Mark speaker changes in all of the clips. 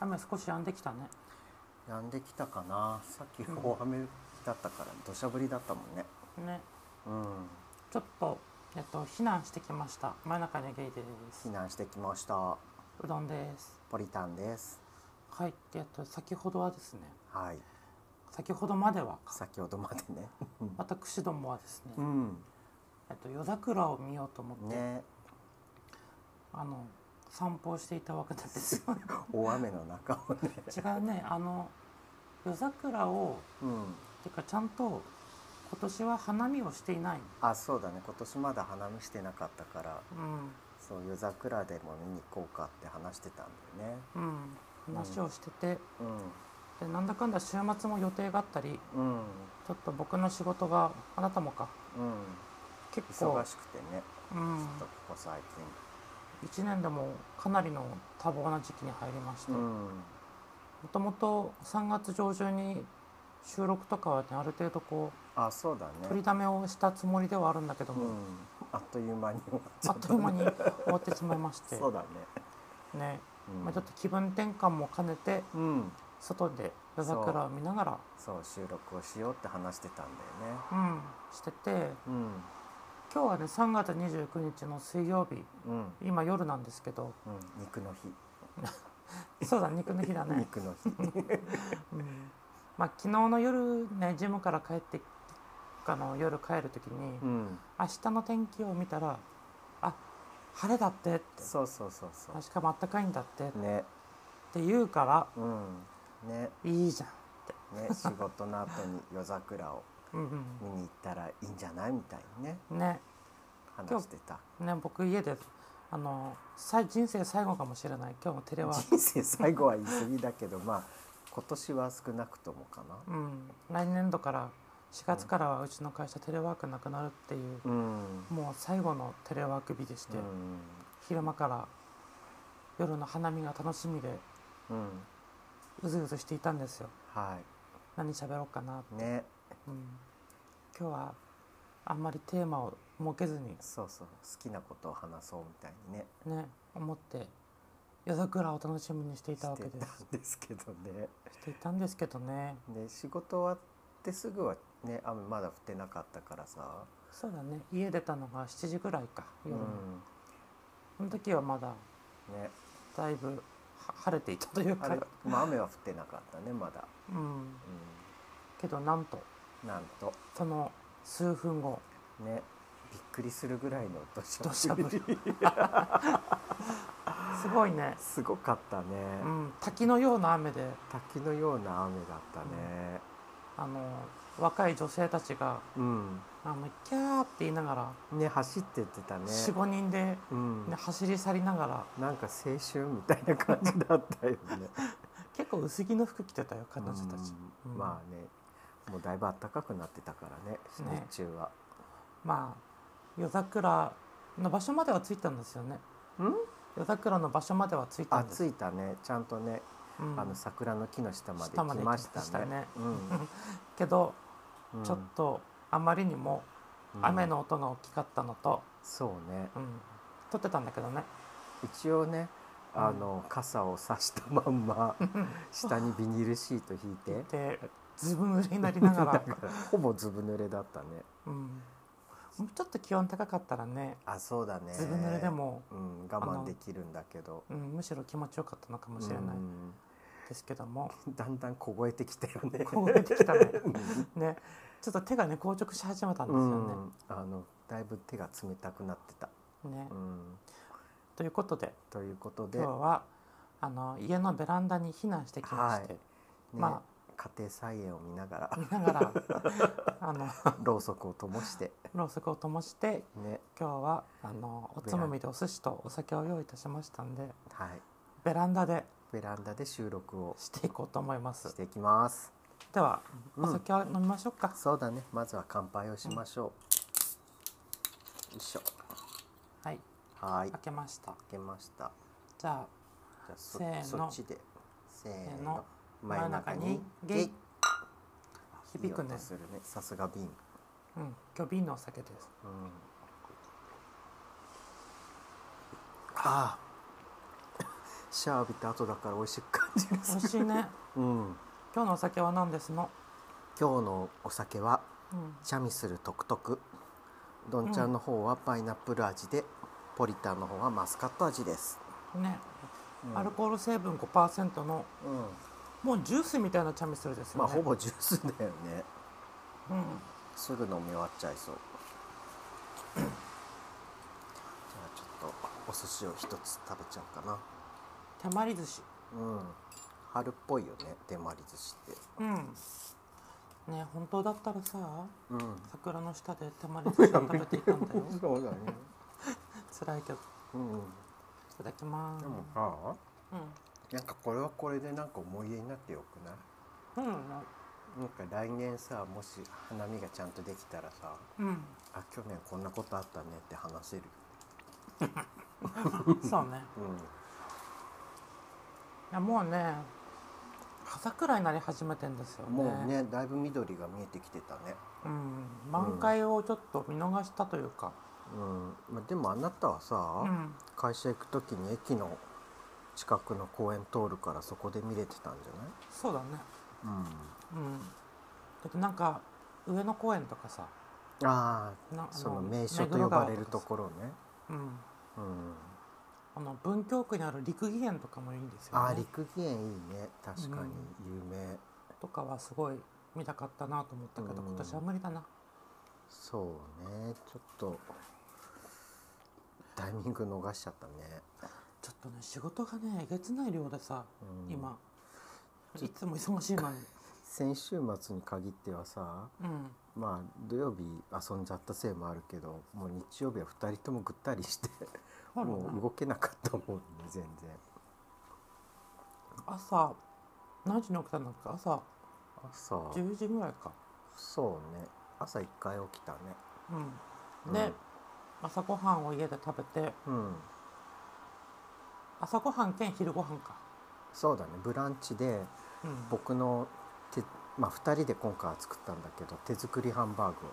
Speaker 1: 雨少し止んできたね
Speaker 2: やんできたかなさっき大雨だったから土砂降りだったもんね
Speaker 1: ね
Speaker 2: うん
Speaker 1: ちょっと、えっと、避難してきました真中にゲイです
Speaker 2: 避難してきました
Speaker 1: うどんです
Speaker 2: ポリタンです
Speaker 1: はいでえっと先ほどはですね
Speaker 2: はい
Speaker 1: 先ほどまではか
Speaker 2: 先ほどまで ね
Speaker 1: 私どもはですね、
Speaker 2: うん
Speaker 1: えっと、夜桜を見ようと思って、
Speaker 2: ね
Speaker 1: あの散歩をしていたわけなんですよ
Speaker 2: 大雨の中を ね
Speaker 1: 違うねあの夜桜を
Speaker 2: うん
Speaker 1: てかちゃんと今年は花見をしていない、
Speaker 2: あそうだね今年まだ花見してなかったから
Speaker 1: うん
Speaker 2: そう夜桜でも見に行こうかって話してたんだよね
Speaker 1: うん、話をしてて、
Speaker 2: う
Speaker 1: でなんだかんだ週末も予定があったり
Speaker 2: んうん
Speaker 1: ちょっと僕の仕事があなたもか
Speaker 2: うん
Speaker 1: 結構
Speaker 2: 忙、しくてね
Speaker 1: うん、
Speaker 2: ちょっとここ最
Speaker 1: 1年でもかなりの多忙な時期に入りまして
Speaker 2: 近
Speaker 1: も
Speaker 2: ん
Speaker 1: ともと3月上旬に収録とかは、ね、ある程度こ
Speaker 2: あそうだね
Speaker 1: う取りだめをしたつもりではあるんだけど
Speaker 2: う
Speaker 1: も、
Speaker 2: んあっという間に終わっち
Speaker 1: あ
Speaker 2: ゃ
Speaker 1: っ
Speaker 2: っ
Speaker 1: と
Speaker 2: た
Speaker 1: いう間に終わってしまいまして
Speaker 2: そうだね
Speaker 1: ね
Speaker 2: うん
Speaker 1: まあ、ちょっと気分転換も兼ねて
Speaker 2: うん
Speaker 1: 外で夜桜を見ながら
Speaker 2: そう収録をしようって話してたんだよね
Speaker 1: うん、してて
Speaker 2: うん
Speaker 1: 今日はね3月29日の水曜日
Speaker 2: うん
Speaker 1: 今夜なんですけ ど
Speaker 2: うん肉の日
Speaker 1: そうだ肉の日だね、
Speaker 2: 肉の 日
Speaker 1: うんまあ、昨日の夜ねジムから帰ってあの夜帰る時に、
Speaker 2: うん
Speaker 1: 明日の天気を見たらあ晴れだってって
Speaker 2: そうそうそうそ
Speaker 1: あしかもあったかいんだってっ
Speaker 2: うね
Speaker 1: て言うから
Speaker 2: うんね
Speaker 1: いいじゃん、
Speaker 2: ね仕事の後に夜桜を
Speaker 1: うん
Speaker 2: 見に行ったらいいんじゃないみたいにね
Speaker 1: うん、ね
Speaker 2: 話してた
Speaker 1: ね僕家であのさい人生最後かもしれない今日のテレワーク
Speaker 2: 人生最後は言い過ぎだけどまあ今年は少なくともかな
Speaker 1: うん、来年度から4月からはうちの会社テレワークなくなるっていう、
Speaker 2: うん、
Speaker 1: もう最後のテレワーク日でして、
Speaker 2: うん
Speaker 1: 昼間から夜の花見が楽しみで
Speaker 2: うん、
Speaker 1: うずうずしていたんですよ
Speaker 2: は
Speaker 1: 何喋ろうかな、
Speaker 2: いね
Speaker 1: うん、今日はあんまりテーマを設けずに
Speaker 2: そうそう好きなことを話そうみたいにね
Speaker 1: ね思って夜桜を楽しみにしていたわ
Speaker 2: し
Speaker 1: け
Speaker 2: て
Speaker 1: で
Speaker 2: た
Speaker 1: す
Speaker 2: んですけどね
Speaker 1: していたんですけどね
Speaker 2: で仕事終わってすぐはね雨まだ降ってなかったからさ、
Speaker 1: そうだね家出たのが7時ぐらいか
Speaker 2: うん
Speaker 1: 夜の、その時はまだ
Speaker 2: ね、
Speaker 1: だいぶは晴れていたという
Speaker 2: あ
Speaker 1: か
Speaker 2: れ、まあ、雨は降ってなかったねまだ、
Speaker 1: うん、けどなんと
Speaker 2: うん、なんと
Speaker 1: その数分後
Speaker 2: ねびっくりするぐらいの土
Speaker 1: 土
Speaker 2: 砂
Speaker 1: 砂
Speaker 2: 降
Speaker 1: 降
Speaker 2: り
Speaker 1: りすごいね、
Speaker 2: すごかったね、
Speaker 1: うん、滝のような雨で
Speaker 2: 滝のような雨だったね
Speaker 1: あの若い女性たちが
Speaker 2: うん、
Speaker 1: あのキャーって言いながら、
Speaker 2: ね走ってってたね
Speaker 1: 45人で、ね
Speaker 2: うん、
Speaker 1: 走り去りながら
Speaker 2: なんか青春みたいな感じだったよね
Speaker 1: 結構薄着の服着てたよ 彼女たち、
Speaker 2: う
Speaker 1: うんん
Speaker 2: まあねもうだいぶ暖かくなってたからね
Speaker 1: ね
Speaker 2: 日中は、
Speaker 1: まあ夜桜の場所までは着いたんですよね
Speaker 2: うん
Speaker 1: 夜桜の場所までは着いた
Speaker 2: あ
Speaker 1: んです
Speaker 2: 着いたねちゃんとね、
Speaker 1: うん
Speaker 2: あの桜の木の下まで
Speaker 1: 下まで
Speaker 2: 来ました
Speaker 1: 来
Speaker 2: ね
Speaker 1: ましたね
Speaker 2: うん
Speaker 1: けど
Speaker 2: うん
Speaker 1: ちょっとあまりにも雨
Speaker 2: うん
Speaker 1: の音が大きかったのと、
Speaker 2: そうね
Speaker 1: うん、撮ってたんだけどね
Speaker 2: 一応ねあの、傘を差したま んま下にビニールシート引いて
Speaker 1: でずぶ濡れになりながら
Speaker 2: だ、 からほぼずぶ濡れだったね
Speaker 1: うん、もうちょっと気温高かったらね
Speaker 2: あそうだね
Speaker 1: ずぶ濡れでも、
Speaker 2: うん、我慢できるんだけど
Speaker 1: うん、むしろ気持ちよかったのかもしれない
Speaker 2: うん
Speaker 1: ですけども、
Speaker 2: だんだん凍えてきたよね。
Speaker 1: 凍えてきたねねちょっと手がね硬直し始めたんで
Speaker 2: う
Speaker 1: す
Speaker 2: ん、
Speaker 1: よ
Speaker 2: あのだいぶ手が冷たくなってた。
Speaker 1: ね。ね
Speaker 2: うん、
Speaker 1: ということで
Speaker 2: ということで、
Speaker 1: 今日はあの家のベランダに避難してきまして、
Speaker 2: はい
Speaker 1: ま
Speaker 2: あ家庭菜園を見ながら
Speaker 1: 見なが らあの
Speaker 2: ろうそくを灯して
Speaker 1: ろうそくを灯して
Speaker 2: ね、
Speaker 1: 今日はあのおつまみでお寿司とお酒を用意いたしましたんで
Speaker 2: はい、
Speaker 1: ベランダで
Speaker 2: ベランダで収録を
Speaker 1: していこうと思いま
Speaker 2: し
Speaker 1: す
Speaker 2: ていきます。
Speaker 1: では
Speaker 2: うん
Speaker 1: お酒を飲みましょうか、
Speaker 2: そうだね、まずは乾杯をしましょう。よいしょ、
Speaker 1: はい
Speaker 2: はい、
Speaker 1: 開けました
Speaker 2: 開けました。
Speaker 1: じゃあ
Speaker 2: じゃあそ
Speaker 1: せー
Speaker 2: そ
Speaker 1: の
Speaker 2: っちで、せ
Speaker 1: せ
Speaker 2: ー
Speaker 1: ー
Speaker 2: の
Speaker 1: の、
Speaker 2: 真ん中に
Speaker 1: 真ん中にゲイ
Speaker 2: イ
Speaker 1: 響くね
Speaker 2: いい音するね、さすが瓶。
Speaker 1: うん今日瓶のお酒です
Speaker 2: うんああ シャワー浴びた後だから美味しく感じる
Speaker 1: 美味しい ね
Speaker 2: うん
Speaker 1: 今日のお酒は何ですの、
Speaker 2: 今日のお酒は
Speaker 1: うん、
Speaker 2: チャミスルトクトクどんちゃんの方はパイナップル味で、ポリタンの方はマスカット味です、
Speaker 1: ね、
Speaker 2: うん
Speaker 1: アルコール成分5%の
Speaker 2: うん
Speaker 1: もうジュースみたいなチャミスルですよね。
Speaker 2: まあほぼジュースだよね
Speaker 1: うん、
Speaker 2: すぐ飲み終わっちゃいそう じゃあちょっとお寿司を一つ食べちゃおうかな
Speaker 1: 手まり寿司。
Speaker 2: うん春っぽいよね手まり寿司って
Speaker 1: うん。ね本当だったらさ
Speaker 2: うん
Speaker 1: 桜の下で手まり 寿司を食べていたんだよ
Speaker 2: そうだね
Speaker 1: 辛いけどい
Speaker 2: うん
Speaker 1: ただきます
Speaker 2: でもさ
Speaker 1: うん
Speaker 2: なんかこれはこれでなんか思い出になってよくない
Speaker 1: うん
Speaker 2: なんか来年さもし花見がちゃんとできたらさ
Speaker 1: うん、
Speaker 2: あ去年こんなことあったねって話せる
Speaker 1: うん、そうね
Speaker 2: うん
Speaker 1: いやもうね葉桜になり始めてんですよね
Speaker 2: もうねだいぶ緑が見えてきてたね
Speaker 1: うん、満開をちょっと見逃したというか、
Speaker 2: うん、まあ、でもあなたはさ、
Speaker 1: うん、
Speaker 2: 会社行く時に駅の近くの公園通るからそこで見れてたんじ
Speaker 1: そうだね
Speaker 2: ゃない、
Speaker 1: うんだってなんか上野公園とかさ
Speaker 2: うん、あ
Speaker 1: な
Speaker 2: あその名所と呼ばれるところね、
Speaker 1: ろ、うん、
Speaker 2: うん、
Speaker 1: あの文京区にある陸技園とかもいいんですよ
Speaker 2: ああ
Speaker 1: ね。
Speaker 2: 陸技園いいね確かに有名、
Speaker 1: とかはすごい見たかったなと思ったけど、
Speaker 2: うん
Speaker 1: 今年は無理だな。
Speaker 2: そうねちょっとタイミング逃しちゃったね、
Speaker 1: ちょっとね仕事がねえげつない量でさ、
Speaker 2: うん、
Speaker 1: 今いつも忙しいの に。
Speaker 2: 先週末に限ってはさ
Speaker 1: うん、
Speaker 2: まあ土曜日遊んじゃったせいもあるけどもう日曜日は2人ともぐったりして
Speaker 1: ある
Speaker 2: もう動けなかったもんね全然
Speaker 1: 朝何時に起きたんだっけ朝
Speaker 2: 朝
Speaker 1: 10時ぐらいか。
Speaker 2: そうね朝1回起きたね
Speaker 1: うん、で、朝ごはんを家で食べて
Speaker 2: うん
Speaker 1: 朝ごはん兼昼ごはんか。
Speaker 2: そうだね「ブランチ」で
Speaker 1: うん、
Speaker 2: 僕の手、まあ、2人で今回は作ったんだけど手作りハンバーグを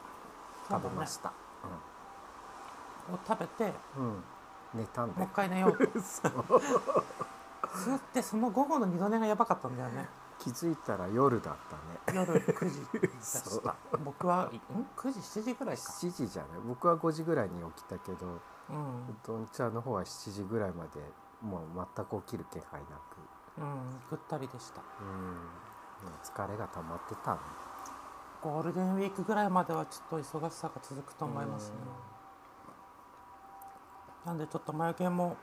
Speaker 2: 食べました
Speaker 1: そうだねを食べて
Speaker 2: うん、うん、寝たん
Speaker 1: もう
Speaker 2: だよ
Speaker 1: 一回寝よ うと。それってその午後の二度寝がやばかったんだよね。
Speaker 2: 気づいたら夜だったね
Speaker 1: 夜9時 でし
Speaker 2: そう
Speaker 1: た僕はん9時7時ぐらいか、
Speaker 2: 7時じゃない僕は5時ぐらいに起きたけど
Speaker 1: うん
Speaker 2: どんちゃんの方は7時ぐらいまでもう全く起きる気配な
Speaker 1: うん、ぐったりでした
Speaker 2: くうんもう疲れが溜まってたね
Speaker 1: ゴールデンウィークぐらいまではちょっと忙しさが続くと思いますねなんでちょっと眉毛も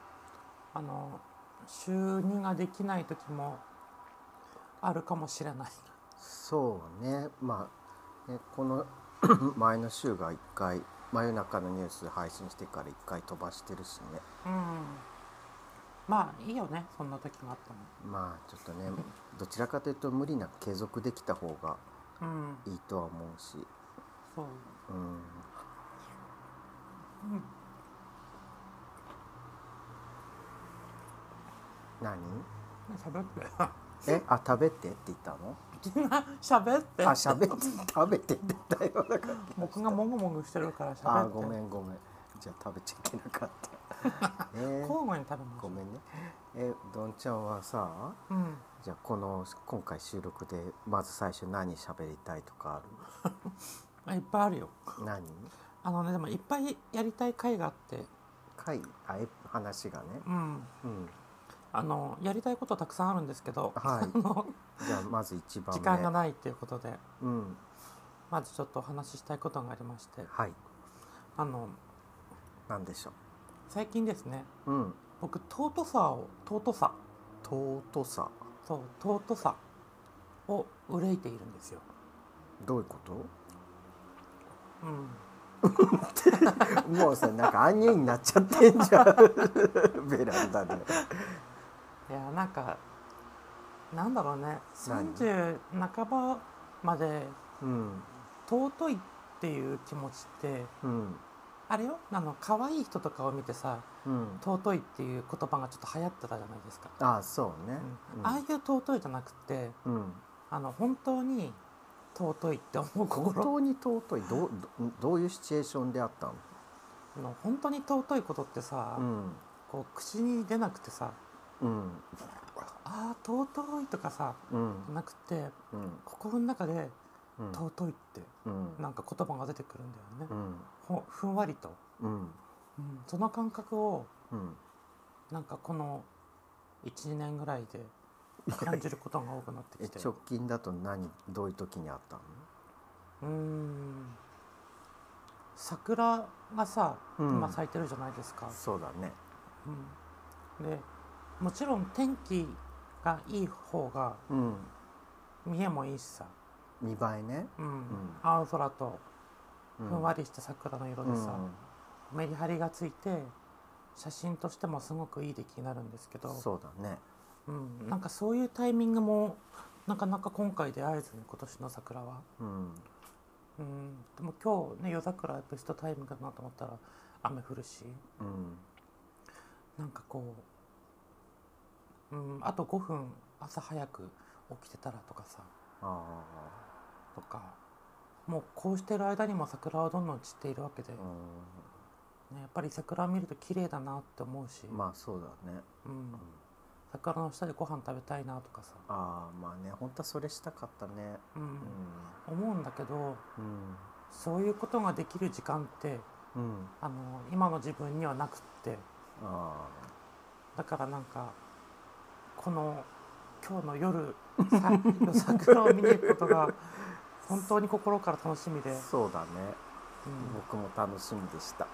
Speaker 1: あの週2ができない時もあるかもしれない
Speaker 2: そうねまあねこの 前の週が1回真夜中のニュース配信してから1回飛ばしてるしね
Speaker 1: うんまあいいよねそんな時があって
Speaker 2: まあちょっとねどちらかというと無理なく継続できた方が
Speaker 1: もうん
Speaker 2: いいとは思うし、
Speaker 1: そう
Speaker 2: うん、何
Speaker 1: 喋って
Speaker 2: えあ食べてって言ったの
Speaker 1: 喋って
Speaker 2: あ喋って食べてって言ったよだから
Speaker 1: 僕がもぐもぐしてるから
Speaker 2: あ
Speaker 1: 喋
Speaker 2: ー
Speaker 1: って
Speaker 2: ごめんごめんじゃあ食べちゃいけな かった、ねえ
Speaker 1: 交互に食べます
Speaker 2: ごめんねえどんちゃんはさ
Speaker 1: うん
Speaker 2: じゃあこの今回収録でまず最初何喋りたいとか
Speaker 1: あいっぱいあるよ
Speaker 2: ある何
Speaker 1: あのねでもいっぱいやりたい回があって
Speaker 2: 回あえ話がね
Speaker 1: うん
Speaker 2: うん
Speaker 1: あのやりたいことたくさんあるんですけど、
Speaker 2: は
Speaker 1: あの
Speaker 2: いじゃあまず一番目
Speaker 1: 時間がないっていうことで
Speaker 2: うん
Speaker 1: まずちょっとお話ししたいことがありまして
Speaker 2: はい
Speaker 1: あの
Speaker 2: 何でしょ
Speaker 1: 最近ですね
Speaker 2: ううん
Speaker 1: 僕尊さを尊さ
Speaker 2: 尊さ
Speaker 1: そう尊さを憂いているんですよ、
Speaker 2: どういうこと
Speaker 1: うん、
Speaker 2: もうさなんかアンニュイになっちゃってんじゃん ベランダで
Speaker 1: いやなんかなんだろうね
Speaker 2: 何
Speaker 1: 30半ばまで
Speaker 2: うん
Speaker 1: 尊いっていう気持ちって
Speaker 2: うん
Speaker 1: あれよあの可愛い人とかを見てさ
Speaker 2: うん
Speaker 1: 尊いっていう言葉がちょっと流行ってたじゃないですか、
Speaker 2: ああそうね
Speaker 1: うんああいう尊いじゃなくて
Speaker 2: うん、うん
Speaker 1: あの本当に尊いって思う
Speaker 2: 本
Speaker 1: 心
Speaker 2: 当に尊いどうどどういうシチュエーションであったの、
Speaker 1: あの本当に尊いことってさ、
Speaker 2: うん
Speaker 1: こう口に出なくてさ
Speaker 2: うん
Speaker 1: ああ尊いとかさ
Speaker 2: うん
Speaker 1: なくて
Speaker 2: うん
Speaker 1: 心の中で
Speaker 2: うん
Speaker 1: 尊いって
Speaker 2: うん
Speaker 1: なんか言葉が出てくるんだよ
Speaker 2: う
Speaker 1: ね、
Speaker 2: ん
Speaker 1: ほふんわりと、
Speaker 2: うん
Speaker 1: うん、その感覚を
Speaker 2: うん
Speaker 1: なんかこの12年ぐらいで感じることが多くなって
Speaker 2: え
Speaker 1: きて
Speaker 2: 直近だと何どういう時にあったの
Speaker 1: うーん桜がさ、
Speaker 2: うん
Speaker 1: 今咲いてるじゃないですか、
Speaker 2: そうだね
Speaker 1: うん、でもちろん天気がいい方が
Speaker 2: うん
Speaker 1: 見えもいいしさ、
Speaker 2: 見栄えね
Speaker 1: うん
Speaker 2: ん
Speaker 1: 青空と
Speaker 2: ふ
Speaker 1: ふんわりした桜の色でさ、メリハリがついて写真としてもすごくいい出来になるんですけど
Speaker 2: そうだね
Speaker 1: う、ん、なんかそういうタイミングもなかなか今回出会えずに今年の桜は。
Speaker 2: うん
Speaker 1: うん、でも今日ね夜桜ベストタイミングだなと思ったら雨降るし
Speaker 2: うん
Speaker 1: なんかこう、うん、あと5分朝早く起きてたらとかさ
Speaker 2: あ
Speaker 1: とかもうこうしてる間にも桜はどんどん散っているわけで、
Speaker 2: あ
Speaker 1: ね、やっぱり桜を見ると綺麗だなって思うし、
Speaker 2: うんまあそうだね
Speaker 1: うん、桜の下でご飯食べたいなとかさ、
Speaker 2: ああまあね本当はそれしたかったね
Speaker 1: うん
Speaker 2: う
Speaker 1: 思うんだけど
Speaker 2: ん
Speaker 1: そういうことができる時間って
Speaker 2: うんうん
Speaker 1: あの今の自分にはなくって
Speaker 2: あ
Speaker 1: だからなんかこの今日の夜さ夜桜を見に行くことが本当に心から楽しみで、
Speaker 2: あそうだね
Speaker 1: うん
Speaker 2: 僕も楽しみでした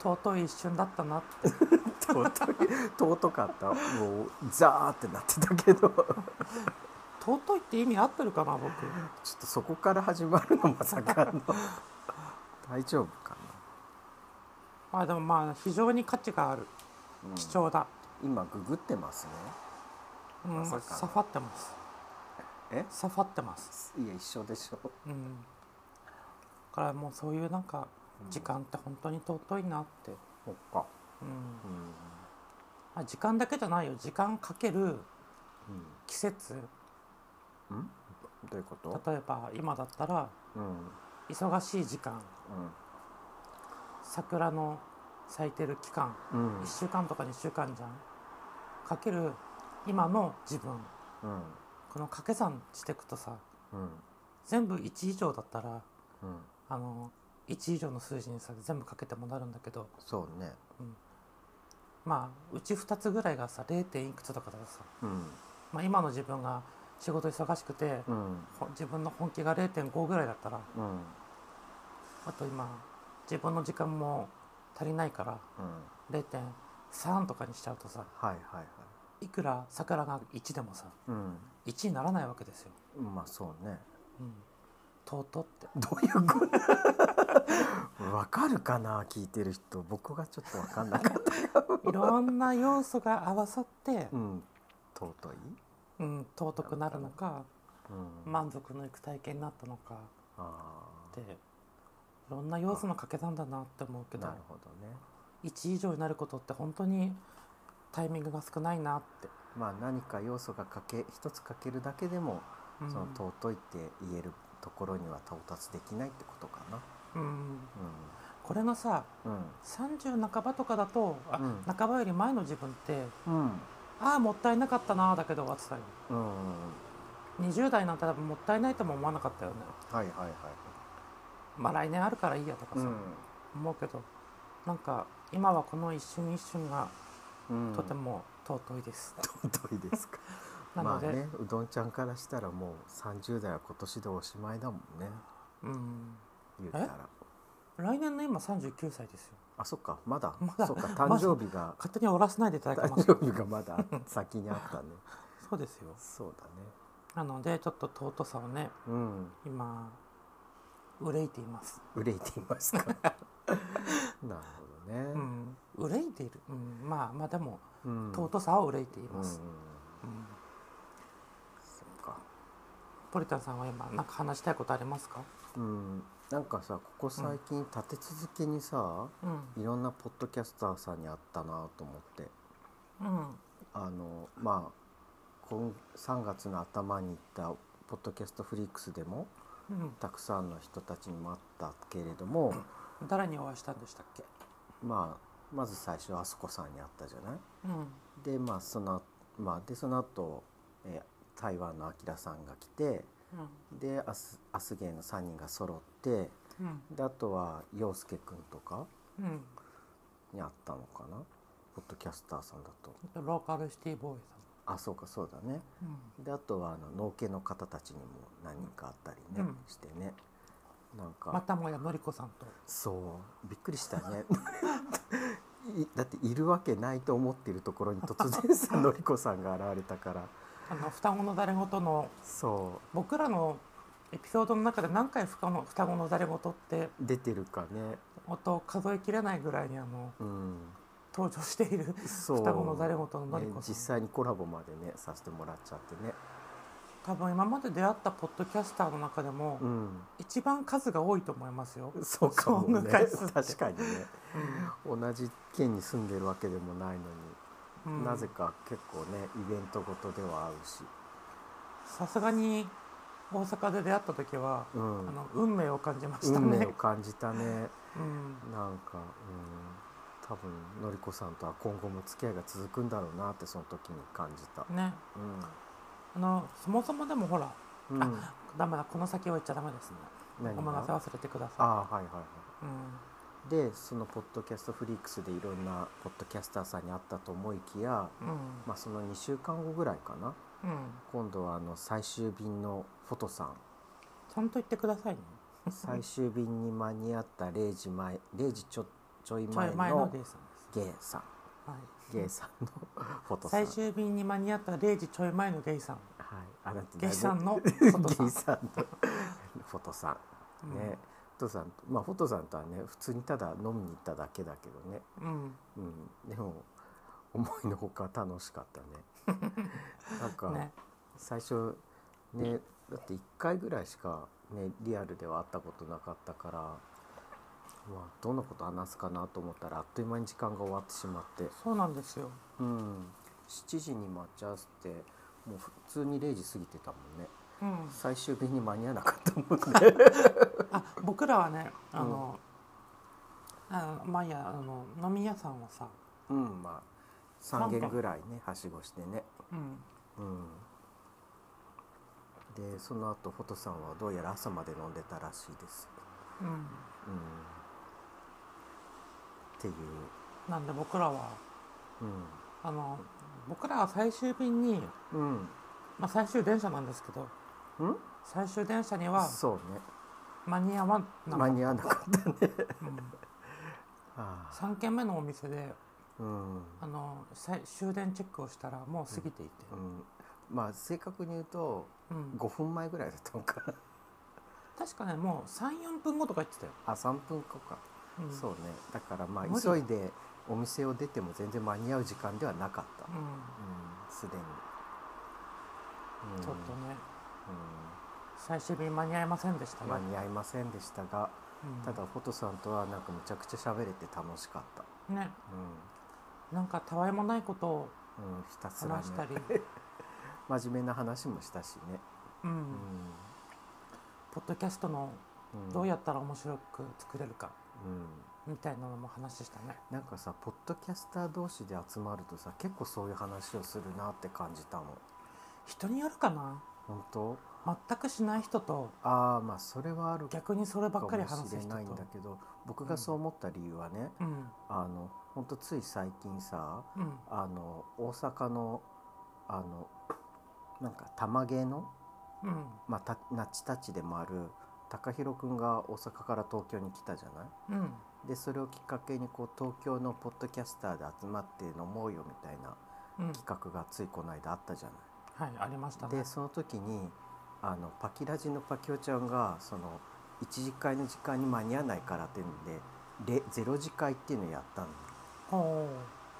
Speaker 1: 尊い一瞬だったなって
Speaker 2: 尊い 尊かったもうザーってなってたけどちょ
Speaker 1: 尊いって意味合ってるかな僕
Speaker 2: っとそこから始まるのまさかの大丈夫か
Speaker 1: あでもまあ非常に価値がある
Speaker 2: な、うん
Speaker 1: 貴重だ、
Speaker 2: 今ググってますね
Speaker 1: うん
Speaker 2: まさ
Speaker 1: サ
Speaker 2: か
Speaker 1: ファってます
Speaker 2: え
Speaker 1: サファってます
Speaker 2: いや一緒でしょ
Speaker 1: うんだからもうそういうなんか時間って本当に尊いなって、
Speaker 2: そっか
Speaker 1: うん
Speaker 2: うん
Speaker 1: あ時間だけじゃないよ時間かける季節
Speaker 2: うんんどういうこと
Speaker 1: 例えば今だったら
Speaker 2: うんうん
Speaker 1: 忙しい時間桜の咲いてる期間
Speaker 2: うん
Speaker 1: 1週間とか2週間じゃんかける今の自分
Speaker 2: うん
Speaker 1: この掛け算していくとさ
Speaker 2: うん
Speaker 1: 全部1以上だったら
Speaker 2: うん
Speaker 1: あの1以上の数字にさ全部かけてもなるんだけど
Speaker 2: そうね
Speaker 1: まあうち2つぐらいがさ 0. いくつとかだとさ、
Speaker 2: うん
Speaker 1: まあ、今の自分が仕事忙しくて、
Speaker 2: うん
Speaker 1: ほ自分の本気が0.5ぐらいだったら
Speaker 2: うん
Speaker 1: あと今自分の時間も足りないから
Speaker 2: うん
Speaker 1: 0.3とかにしちゃうとさ
Speaker 2: はいはいはい
Speaker 1: いくら桜が1でもさ
Speaker 2: うん
Speaker 1: 1にならないわけですよ。
Speaker 2: まあそうね
Speaker 1: うん、とうとうって
Speaker 2: どういうこと わかるかな聞いてる人僕がちょっとわかんなかった
Speaker 1: いろんな要素が合わさって
Speaker 2: う、ん尊い
Speaker 1: うん、尊くなるのか
Speaker 2: うん
Speaker 1: 満足のいく体験になったのか
Speaker 2: あ
Speaker 1: っていろんな要素の掛け算だなって思うけ
Speaker 2: あ
Speaker 1: ど
Speaker 2: なるほどね
Speaker 1: 1以上になることって本当にタイミングが少ないなって、
Speaker 2: まあ何か要素がかけ一つかけるだけでも
Speaker 1: うん
Speaker 2: その尊いって言えるところには到達できないってことかな
Speaker 1: うんこれがさ
Speaker 2: うん
Speaker 1: 30半ばとかだとあ、
Speaker 2: うん
Speaker 1: 半ばより前の自分って
Speaker 2: うん
Speaker 1: ああもったいなかったなーだけど終わってたよ
Speaker 2: うん
Speaker 1: 20代なんて多分もったいないとも思わなかったよね
Speaker 2: はいはいはい
Speaker 1: まあ来年あるからいいやとかさ、
Speaker 2: う
Speaker 1: 思うけどなんか今はこの一瞬一瞬が
Speaker 2: ん
Speaker 1: とて も尊いです、
Speaker 2: 尊いですか
Speaker 1: な
Speaker 2: ま
Speaker 1: の
Speaker 2: あ
Speaker 1: で、
Speaker 2: ねうどんちゃんからしたらもう30代は今年でおしまいだもんね
Speaker 1: うん
Speaker 2: 言ったら
Speaker 1: 来年の今39歳ですよ
Speaker 2: あそっかまだ
Speaker 1: まだ
Speaker 2: そっか
Speaker 1: まだ
Speaker 2: 誕生日が、
Speaker 1: 勝手に終わらせないでいただけ
Speaker 2: 誕
Speaker 1: ます
Speaker 2: 生日がまだ 先にあったね
Speaker 1: そうですよ
Speaker 2: そうだね
Speaker 1: なのでちょっと尊さをね
Speaker 2: うん
Speaker 1: 今憂いています
Speaker 2: 憂いていますか なるほどね、
Speaker 1: うん憂いている、うん、まあまあでも
Speaker 2: うん
Speaker 1: 尊さを憂いてい
Speaker 2: うん、
Speaker 1: ます、うん
Speaker 2: そっか
Speaker 1: ポリタンさんは今なんか話したいことありますか
Speaker 2: うんなんかさここ最近立て続けにさ、
Speaker 1: うん
Speaker 2: いろんなポッドキャスターさんに会ったなと思って
Speaker 1: うん
Speaker 2: あのまあ今3月の頭に行ったポッドキャストフリークスでも
Speaker 1: うん
Speaker 2: たくさんの人たちにも会ったけれども
Speaker 1: 誰にお会いしたんでしたっけ
Speaker 2: ままず最初あそこさんに会ったじゃない
Speaker 1: うん
Speaker 2: でまあその,、まあ、でその後、えー台湾のアキラさんが来て
Speaker 1: うん
Speaker 2: でアスアスゲーの3人が揃って
Speaker 1: うん
Speaker 2: であとは陽介くんとか
Speaker 1: うん
Speaker 2: に会ったのかなポッドキャスターさんだと
Speaker 1: あとローカルシティボーイ
Speaker 2: あそうかそうだね
Speaker 1: さん、うん
Speaker 2: であとはあの農家の方たちにも何人か会ったりね、
Speaker 1: うん
Speaker 2: してねなんか、
Speaker 1: またもやのりこさんと
Speaker 2: そうびっくりしたねいだっているわけないと思っているところに突然さのりこさんが現れたから
Speaker 1: あの双子の誰ごとの
Speaker 2: そ
Speaker 1: 僕らのエピソードの中で何回双子の双子の誰ごとって
Speaker 2: う出てるかね
Speaker 1: 音を数えきれないぐらいにあの
Speaker 2: うん
Speaker 1: 登場している
Speaker 2: そう
Speaker 1: 双子の誰ごとののり
Speaker 2: ね
Speaker 1: こさ
Speaker 2: 実
Speaker 1: ん、
Speaker 2: 際にコラボまでねさせてもらっちゃってね
Speaker 1: 多分今まで出会ったポッドキャスターの中でも
Speaker 2: うん
Speaker 1: 一番数が多いと思いますよ、
Speaker 2: そうかもね
Speaker 1: そう昔って
Speaker 2: 確かにね同じ県に住んでるわけでもな
Speaker 1: う
Speaker 2: いのに、
Speaker 1: ん
Speaker 2: なぜか結構ねイベントごとでは合うし、
Speaker 1: さすがに大阪で出会った時は、
Speaker 2: うん
Speaker 1: あの運命を感じました
Speaker 2: 運命
Speaker 1: ね
Speaker 2: を、感じた
Speaker 1: う
Speaker 2: ね
Speaker 1: ん、
Speaker 2: なんか、うん、多分のりこさんとは今後も付き合いが続くんだろうなってその時に感じた、
Speaker 1: ねあのそもそもでもほら
Speaker 2: うんうん、
Speaker 1: ダメだこの先は言っちゃダメですね
Speaker 2: 何
Speaker 1: ごめんなさい忘れてくださ
Speaker 2: ああはいはいはい
Speaker 1: い、うん
Speaker 2: でそのポッドキャストフリークスでいろんなポッドキャスターさんに会ったと思いきや、
Speaker 1: うん
Speaker 2: まあ、その2週間後ぐらいかな
Speaker 1: うん、
Speaker 2: 今度はあの最終便のフォト さん
Speaker 1: ちゃんと言ってくださいね
Speaker 2: 最終便に間に合った0時前0時ちょちょい
Speaker 1: ちょ
Speaker 2: 前
Speaker 1: い前の
Speaker 2: の
Speaker 1: デイさんです、
Speaker 2: ゲイさん
Speaker 1: はい、
Speaker 2: ゲイさんのフォトさん
Speaker 1: 最終便に間に合った0時ちょい前のゲイさん
Speaker 2: はい、あだって
Speaker 1: ゲイさん の
Speaker 2: ゲ
Speaker 1: フォトさん
Speaker 2: イさんの フォトさんね、
Speaker 1: うん
Speaker 2: フォトさんまあフォトさんとはね普通にただ飲みに行っただけだけどね、
Speaker 1: うん
Speaker 2: うん、でも思いのほか楽しかったね なんか、
Speaker 1: ね
Speaker 2: 最初ねだって1回ぐらいしかねリアルでは会ったことなかったから、まあ、どんなこと話すかなと思ったらあっという間に時間が終わってしまって
Speaker 1: そうなんですよ
Speaker 2: うん、7時に待ち合わせてもう普通に0時過ぎてたもんね
Speaker 1: うん、
Speaker 2: 最終便に間に合わなかった もんね
Speaker 1: あ僕らはねあの、あのまあいいやあの飲み屋さんはさ、
Speaker 2: うんまあ3軒ぐらいねはしごしてね
Speaker 1: うん、
Speaker 2: うんでその後フォトさんはどうやら朝まで飲んでたらしいです
Speaker 1: うん、
Speaker 2: うんっていう
Speaker 1: なんで僕らは
Speaker 2: う
Speaker 1: あの僕らは最終便に、
Speaker 2: ん
Speaker 1: まあ、最終電車なんですけど
Speaker 2: うんん
Speaker 1: 最終電車には
Speaker 2: そうね
Speaker 1: 間に合わなか
Speaker 2: 間に合わなかったね
Speaker 1: うん
Speaker 2: ああ
Speaker 1: 3軒目のお店で
Speaker 2: うん
Speaker 1: あの最終電チェックをしたらもう過ぎていて、
Speaker 2: うんまあ正確に言うと
Speaker 1: うん
Speaker 2: 5分前ぐらいだったのかな
Speaker 1: 確かねもう34分後とか言ってたよ、
Speaker 2: あ3分後か、
Speaker 1: うん
Speaker 2: そうねだからまあ
Speaker 1: 無理だ
Speaker 2: 急いでお店を出ても全然間に合う時間ではなかった
Speaker 1: う、ん
Speaker 2: うん、すでに、うん
Speaker 1: ちょっとね最終便間に合いませんでした
Speaker 2: うん
Speaker 1: ね、
Speaker 2: 間に合いませんでしたが、
Speaker 1: うん
Speaker 2: ただフォトさんとはなんかむちゃくちゃ喋れて楽しかった、
Speaker 1: ね
Speaker 2: う
Speaker 1: なんかたわいもないことを
Speaker 2: んうん、ひたすら、ね
Speaker 1: 話、したり、
Speaker 2: 真面目な話もしたしね、
Speaker 1: うん
Speaker 2: う
Speaker 1: ポッドキャストの
Speaker 2: ん
Speaker 1: どうや
Speaker 2: っ
Speaker 1: ったら面白く作れるか
Speaker 2: うん
Speaker 1: みたいなのも話したね
Speaker 2: なんかさポッドキャスター同士で集まるとさ結構そういう話をするなって感じたもん
Speaker 1: 人によるかな
Speaker 2: 本当
Speaker 1: 全くしない人と
Speaker 2: ああまあそれはある
Speaker 1: 逆にそればっかり話す
Speaker 2: かもし
Speaker 1: 人
Speaker 2: れないん
Speaker 1: と
Speaker 2: だけど僕がそう思った理由はね、
Speaker 1: うん
Speaker 2: あのほんとつい最近さ
Speaker 1: うん
Speaker 2: あの大阪のあのなんか玉芸の、
Speaker 1: うん
Speaker 2: まあ、たなちたちでもある高弘くんが大阪から東京に来たじゃない
Speaker 1: うん
Speaker 2: でそれをきっかけにこう東京のポッドキャスターで集まって飲もうよみたいな
Speaker 1: うん
Speaker 2: 企画がついこの間あったじゃない。
Speaker 1: はいありましたね
Speaker 2: でその時にあのパキラジのパキオちゃんがその一次会の時間に間に合わないからっていうんでれゼロ次会っていうのをやったの
Speaker 1: ほ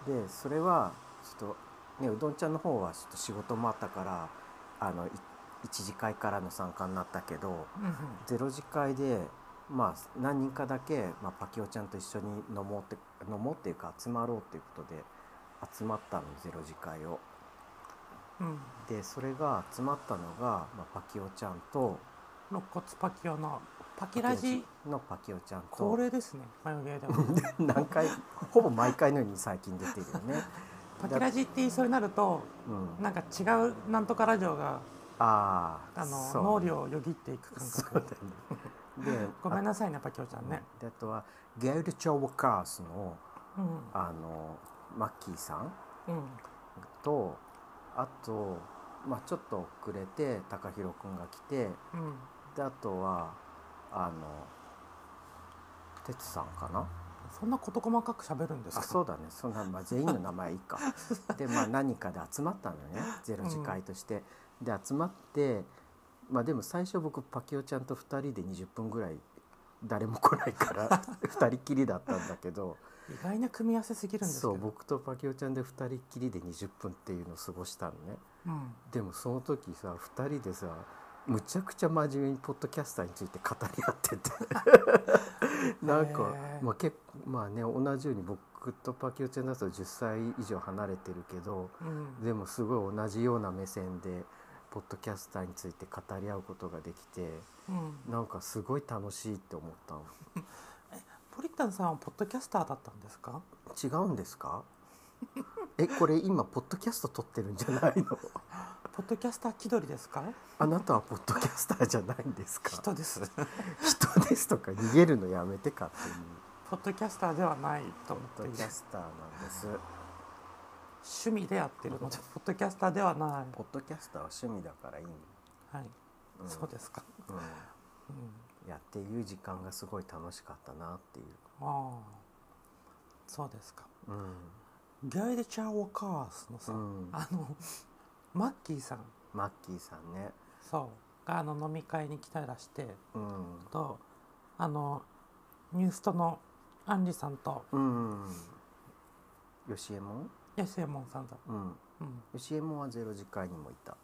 Speaker 2: でそれはちょっと、ね、うどんちゃんの方はちょっと仕事もあったからあのい一次会からの参加になったけど
Speaker 1: ううんうん
Speaker 2: ゼロ次会で、まあ、何人かだけ、まあ、パキオちゃんと一緒に飲もうって飲もうっていうか集まろうっていうことで集まったのゼロ次会を。
Speaker 1: うん、
Speaker 2: でそれが集まったのが、まあ、パキオちゃんと
Speaker 1: 肋骨パキオのパキラジ
Speaker 2: のパキオちゃんと
Speaker 1: 恒例ですね眉毛では
Speaker 2: 何回ほぼ毎回のように最近出てるよ ね。
Speaker 1: パキラジって言いそうになると
Speaker 2: うん、
Speaker 1: なんか違うなんとかラジオが
Speaker 2: ああ
Speaker 1: あの
Speaker 2: そう
Speaker 1: 脳裏をよぎっていく感
Speaker 2: そう
Speaker 1: 覚
Speaker 2: だね。で
Speaker 1: ごめんなさいねパキオちゃんね、
Speaker 2: であとはゲイル・チョウ・カースの
Speaker 1: うん
Speaker 2: あのマッキーさん
Speaker 1: うん、
Speaker 2: とあと、まあ、ちょっと遅れて TAKAHIRO くんが来て
Speaker 1: うん、
Speaker 2: であとはあの哲さんかな
Speaker 1: そんな事細かく喋るんです
Speaker 2: あ
Speaker 1: か
Speaker 2: そうだねそんな、まあ、全員の名前いい かで、まあ、何かで集まったのよねゼロ次会として、で集まってまあでも最初僕パキオちゃんと2人で20分ぐらい誰も来ないから 2人きりだったんだけど
Speaker 1: 意外な組み合わせすぎるんですけ
Speaker 2: そ
Speaker 1: ど
Speaker 2: う僕とパキオちゃんで2人きりで20分っていうのを過ごしたのね
Speaker 1: うん、
Speaker 2: でもその時さ2人でさむちゃくちゃ真面目にポッドキャスターについて語り合っててなんか
Speaker 1: へ、え
Speaker 2: まあ、結構まあね同じように僕とパキオちゃんだと10歳以上離れてるけど
Speaker 1: うん、
Speaker 2: でもすごい同じような目線でポッドキャスターについて語り合うことができて
Speaker 1: うん、
Speaker 2: なんかすごい楽しいって思ったの
Speaker 1: ポリタンさんはポッドキャスターだったんですか
Speaker 2: 違うんですかえこれ今ポッドキャスト撮ってるんじゃないの
Speaker 1: ポッドキャスター気取りですか
Speaker 2: あなたはポッドキャスターじゃないんですか
Speaker 1: 人です
Speaker 2: 人ですとか逃げるのやめてかっていう
Speaker 1: ポッドキャスターではないと思
Speaker 2: ポ
Speaker 1: っ
Speaker 2: ッ
Speaker 1: て
Speaker 2: ド
Speaker 1: い
Speaker 2: キャ
Speaker 1: ます
Speaker 2: スターなんです
Speaker 1: 趣味でやってるのでポッドキャスターではな
Speaker 2: ポッドキャスターは趣味だからいいの、
Speaker 1: い、はい
Speaker 2: ん
Speaker 1: そうですか、
Speaker 2: うん
Speaker 1: うん、
Speaker 2: やっていう時間がすごい楽しかったなっていう、
Speaker 1: ああそうですか
Speaker 2: う
Speaker 1: ガイデ・チャー・ウォカースのさ、
Speaker 2: んうん、
Speaker 1: あのマッキーさん
Speaker 2: マッキーさんね、
Speaker 1: そうがあの飲み会に来たらして
Speaker 2: うん
Speaker 1: とあのニューストのアンリさんと
Speaker 2: うん、よしえもん、
Speaker 1: ヤシエモンさんだ、
Speaker 2: うん、よ
Speaker 1: うん、
Speaker 2: しえもんはゼロ次回にもいた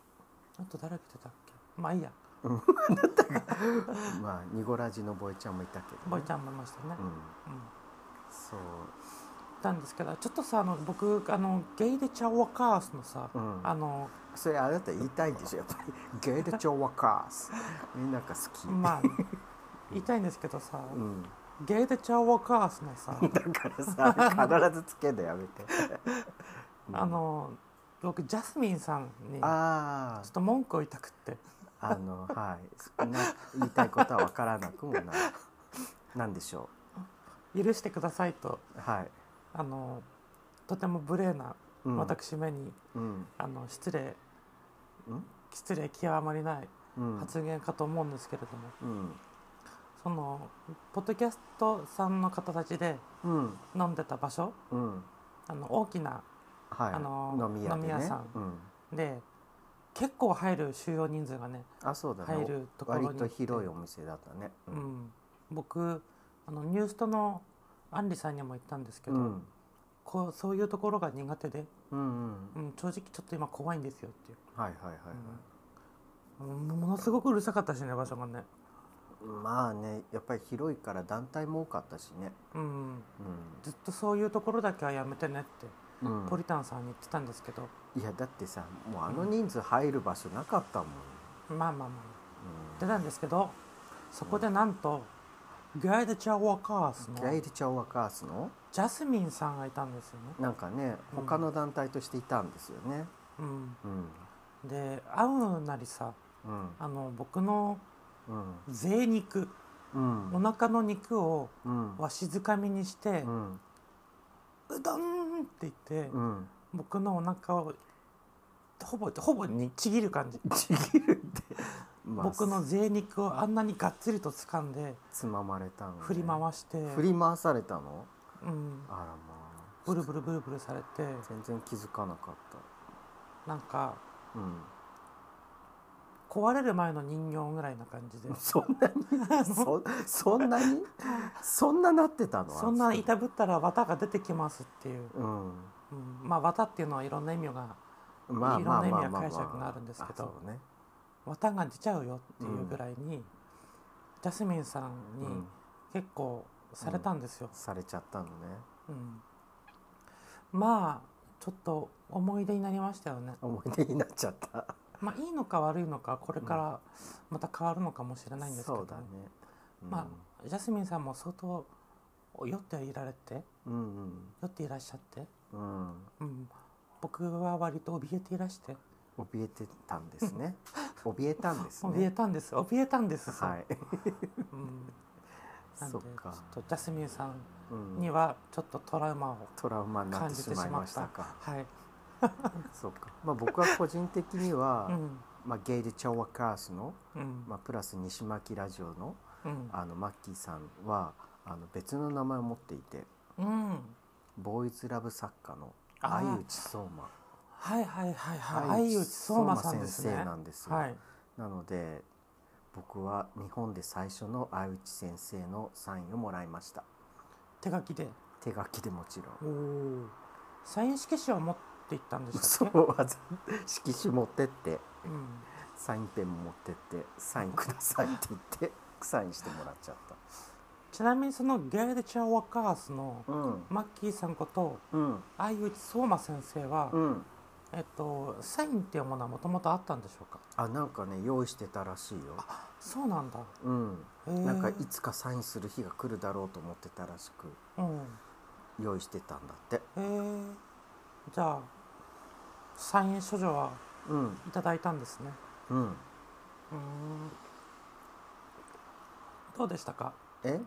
Speaker 1: あと誰来てたっけまあいいや
Speaker 2: まあニゴラジのボイちゃんもいたけど、ね、
Speaker 1: ボイちゃんもいましたね、
Speaker 2: うん、
Speaker 1: うん
Speaker 2: そう
Speaker 1: たんですけどちょっとさあの僕あのゲイでチャオワカースのさ、
Speaker 2: うん
Speaker 1: あの
Speaker 2: それあなた言いたいんでしょやっぱり「ゲイル・チョワカース」みんなが好き、
Speaker 1: ま あ言いたいんですけどさ、
Speaker 2: うん
Speaker 1: ゲイでチャオワカースのさ
Speaker 2: だからさ必ずつけんのやめて、う ん
Speaker 1: あの僕ジャスミンさんにちょ
Speaker 2: あ
Speaker 1: っと文句を言いたくって
Speaker 2: ああのはいな言いたいことは分からなくもないなんでしょ
Speaker 1: 許してくださいと
Speaker 2: うはい、
Speaker 1: あのとても無礼な
Speaker 2: うん、
Speaker 1: 私めに、
Speaker 2: うん
Speaker 1: あの失礼
Speaker 2: うん
Speaker 1: 失礼極まりない
Speaker 2: うん
Speaker 1: 発言かと思うんですけれども、
Speaker 2: うん
Speaker 1: そのポッドキャストさんの方たちで
Speaker 2: うん
Speaker 1: 飲んでた場所
Speaker 2: うん
Speaker 1: あの大きな
Speaker 2: はい、
Speaker 1: あの
Speaker 2: 飲み屋で、ね、
Speaker 1: 飲み屋さん
Speaker 2: うん、
Speaker 1: で結構入る収容人数がね
Speaker 2: あそうだね
Speaker 1: 入るところに
Speaker 2: 割と広いお店だったね
Speaker 1: うん、僕あのニューストのアンリさんにも言ったんですけ
Speaker 2: う
Speaker 1: ど、
Speaker 2: ん
Speaker 1: こうそういうところが苦手で、
Speaker 2: うんうん
Speaker 1: うん、正直ちょっと今怖いんですよっていう、
Speaker 2: はいはいはい、
Speaker 1: うんものすごくうるさかったしね場所がね、
Speaker 2: まあねやっぱり広いから団体も多かったしね
Speaker 1: うん、ずっとそういうところだけはやめてねって
Speaker 2: うん、うん
Speaker 1: ポ、リタンさんに言ってたんですけど、
Speaker 2: いやだってさもうあの人数入る場所なかったもん、
Speaker 1: まあまあまあ言って
Speaker 2: うん
Speaker 1: たんですけどそこでなんと、ガイド・チャオワカースの
Speaker 2: ギャイリチャオワカースの
Speaker 1: ジャスミンさんがいたんですよね、
Speaker 2: なんかね
Speaker 1: うん
Speaker 2: 他の団体としていたんですよね。
Speaker 1: うん、
Speaker 2: うん
Speaker 1: で会うなりさ
Speaker 2: うん
Speaker 1: あの僕の
Speaker 2: うん
Speaker 1: 贅肉
Speaker 2: うん
Speaker 1: お腹の肉を
Speaker 2: うん
Speaker 1: わしづかみにして
Speaker 2: う、ん
Speaker 1: うどんって言って、
Speaker 2: うん
Speaker 1: 僕のお腹をほぼほぼにちぎる感じ、
Speaker 2: ちぎるって、まあ
Speaker 1: 僕の贅肉をあんなにがっつりと掴んで
Speaker 2: つままれたのね、
Speaker 1: 振り回して、
Speaker 2: 振り回されたの
Speaker 1: うん
Speaker 2: あらま
Speaker 1: ブルブルブルブルされて
Speaker 2: あ全然気づかなかっ
Speaker 1: なんか
Speaker 2: た。うん
Speaker 1: 壊れる前の人形ぐらいな感じで
Speaker 2: そ んなにそそんなにそんななってたの
Speaker 1: そんな痛ぶったら綿が出てきますっていう、
Speaker 2: うん
Speaker 1: うん、まあ綿っていうのはいろんな意味が
Speaker 2: まあ
Speaker 1: いろ
Speaker 2: ま
Speaker 1: ん
Speaker 2: あ
Speaker 1: な意
Speaker 2: ま
Speaker 1: 味が
Speaker 2: あまあ
Speaker 1: 解釈があるんですけど
Speaker 2: あそうね
Speaker 1: 綿が出ちゃうよっていうぐらいに、ジャスミンさん
Speaker 2: う
Speaker 1: に
Speaker 2: ん
Speaker 1: 結構されたんですよ、
Speaker 2: されちゃったのね
Speaker 1: うんまあちょっと思い出になりましたよね
Speaker 2: 思い出になっちゃった。
Speaker 1: まあいいのか悪いのかこれからまた変わるのかもしれないんですけど、
Speaker 2: そうだね。
Speaker 1: まあジャスミンさんも相当酔っていられて
Speaker 2: うん
Speaker 1: 酔っていらっしゃって、
Speaker 2: うんうん
Speaker 1: うん、僕は割と怯えていらして
Speaker 2: 怯えてたんですね怯えたんです
Speaker 1: 怯え
Speaker 2: ね
Speaker 1: たんです怯えたんですそう
Speaker 2: はい
Speaker 1: うん、なん
Speaker 2: そ
Speaker 1: で
Speaker 2: っ
Speaker 1: ちょ
Speaker 2: か
Speaker 1: っとジャスミンさん
Speaker 2: うん
Speaker 1: にはちょっとトラウマを
Speaker 2: トラウマになっ
Speaker 1: 感
Speaker 2: て
Speaker 1: じ
Speaker 2: して
Speaker 1: し
Speaker 2: まい
Speaker 1: ま
Speaker 2: ま
Speaker 1: っ
Speaker 2: したたか
Speaker 1: はい、
Speaker 2: そうかまあ僕は個人的には、
Speaker 1: うん
Speaker 2: まあ、ゲイル・チャワカースの、
Speaker 1: うん
Speaker 2: まあ、プラス西巻ラジオの
Speaker 1: うん
Speaker 2: あのマッキーさんはあの別の名前を持っていて
Speaker 1: うん
Speaker 2: ボーイズラブ作家の
Speaker 1: あー
Speaker 2: 相内相馬
Speaker 1: はいはいはいはい相内相馬さんですね
Speaker 2: 相馬先生なんですよ
Speaker 1: はい
Speaker 2: なので僕は日本で最初の相内先生のサインをもらいました
Speaker 1: 手書きで
Speaker 2: 手書きでもちろん
Speaker 1: おーサイン色紙は持って行ったんでした
Speaker 2: そ
Speaker 1: っけ、
Speaker 2: うわざ色紙持ってって
Speaker 1: うん、
Speaker 2: サインペンも持ってってサインくださいって言ってサインしてもらっちゃっ
Speaker 1: ちなみにそのゲーデチャーワカースの
Speaker 2: たうん
Speaker 1: マッキーさんこと
Speaker 2: うん
Speaker 1: 相内相馬先生は、
Speaker 2: うん
Speaker 1: えっと、サインっていうものはもともとあったんでしょうか
Speaker 2: あなんかね用意してたらしいよ
Speaker 1: そうなんだ
Speaker 2: うん
Speaker 1: へー
Speaker 2: なんかいつかサインする日が来るだろうと思ってたらしく
Speaker 1: うん
Speaker 2: 用意してたんだって
Speaker 1: へえじゃあサイン書状は
Speaker 2: うん
Speaker 1: いただいたんですね
Speaker 2: うん
Speaker 1: うーんどうでしたか
Speaker 2: え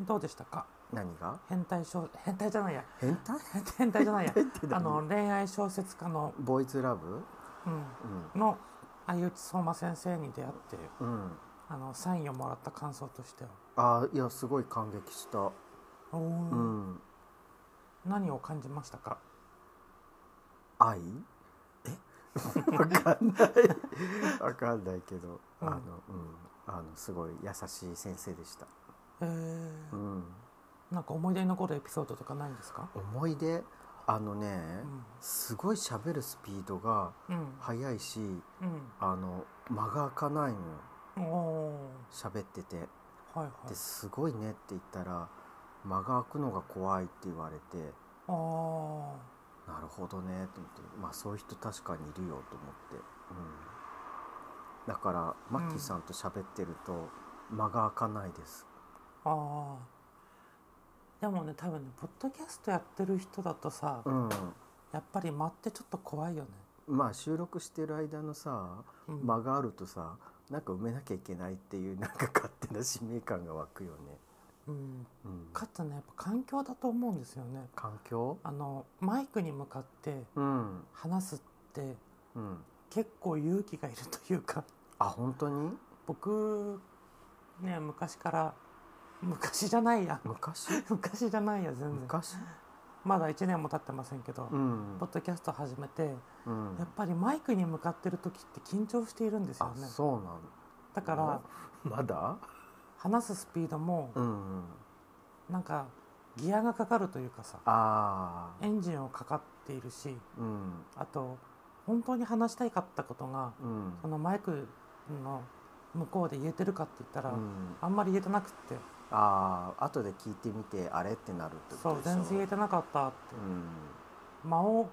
Speaker 1: どうでしたか
Speaker 2: 何が
Speaker 1: 変態小変態じゃないや
Speaker 2: 変態
Speaker 1: 変態じゃないや
Speaker 2: 変態って何
Speaker 1: あの恋愛小説家の、
Speaker 2: ボーイズラブ
Speaker 1: うん、
Speaker 2: うん
Speaker 1: の相内相馬先生に出会って
Speaker 2: うん
Speaker 1: あのサインをもらった感想としては
Speaker 2: あーいやすごい感激した
Speaker 1: おー
Speaker 2: うん
Speaker 1: 何を感じましたか
Speaker 2: 愛え わかんないわかんないけど、
Speaker 1: うん
Speaker 2: あのうんあのすごい優しい先生でした、
Speaker 1: えー
Speaker 2: うん、
Speaker 1: なんか思い出に残るエピソードとかないんですか
Speaker 2: 思い出あのね、
Speaker 1: うん
Speaker 2: すごい喋るスピードが
Speaker 1: うん
Speaker 2: 速いし
Speaker 1: う
Speaker 2: あの間が開かないのよ
Speaker 1: んお
Speaker 2: 喋ってて
Speaker 1: ーはいはい
Speaker 2: ですごいねって言ったら間が開くのが怖いって言われて
Speaker 1: あー
Speaker 2: なるほどねと思ってまあそういう人確かにいるよと思って、うん、だからマッキーさんと喋ってると間が開かないです、
Speaker 1: あーでもね多分ねポッドキャストやってる人だとさ、
Speaker 2: うん
Speaker 1: やっぱり間ってちょっと怖いよね、
Speaker 2: まあ収録してる間のさ
Speaker 1: うん
Speaker 2: 間があるとさなんか埋めなきゃいけないっていうなんか勝手な使命感が湧くよね、
Speaker 1: うん、
Speaker 2: うん、
Speaker 1: かつねやっぱ環境だと思うんですよね
Speaker 2: 環境
Speaker 1: あのマイクに向かって
Speaker 2: うん
Speaker 1: 話すって
Speaker 2: うん
Speaker 1: 結構勇気がいるというか
Speaker 2: あ本当に
Speaker 1: 僕ね昔から昔じゃないや
Speaker 2: 昔
Speaker 1: 昔じゃないや全然
Speaker 2: 昔
Speaker 1: まだ1年も経ってませんけど、
Speaker 2: うん
Speaker 1: ポッドキャスト始めて
Speaker 2: うん
Speaker 1: やっぱりマイクに向かってる時って緊張しているんですよ
Speaker 2: あ
Speaker 1: ね
Speaker 2: そうなの
Speaker 1: だから
Speaker 2: まだ
Speaker 1: 話すスピードも
Speaker 2: うんうん
Speaker 1: なんかギアがかかるというかさ
Speaker 2: ああ
Speaker 1: エンジンをかかっているし
Speaker 2: うん
Speaker 1: あと本当に話したいかったことが
Speaker 2: うん
Speaker 1: そのマイクの向こうで言えてるかって言ったら、
Speaker 2: うん
Speaker 1: あんまり言えてなくって
Speaker 2: ああ後で聞いてみてあれってなるってこ
Speaker 1: そ
Speaker 2: と
Speaker 1: う
Speaker 2: でしょ
Speaker 1: 全然言えてなかったって、間を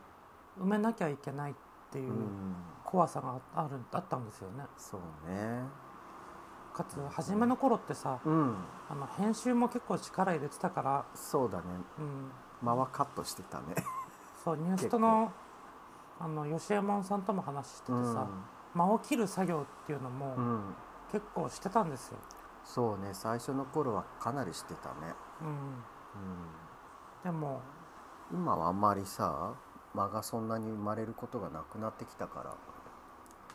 Speaker 1: 埋めなきゃいけないってい
Speaker 2: うん、
Speaker 1: う
Speaker 2: うん、
Speaker 1: 怖さがあるあったんですよね
Speaker 2: そうね
Speaker 1: かつ初めの頃ってさ
Speaker 2: うん
Speaker 1: あの編集も結構力入れてたから、
Speaker 2: そうだね
Speaker 1: うん、
Speaker 2: 間はカットしてたね
Speaker 1: そうニュースとのあの吉右衛門さんとも話しててさ、間を切る作業っていうの
Speaker 2: う
Speaker 1: も
Speaker 2: ん、うん、
Speaker 1: 結構してたんですよ、
Speaker 2: そうね最初の頃はかなりしてたね、
Speaker 1: うん、
Speaker 2: う
Speaker 1: でも
Speaker 2: ん、今はあんまりさ間がそんなに生まれることがなくなってきたか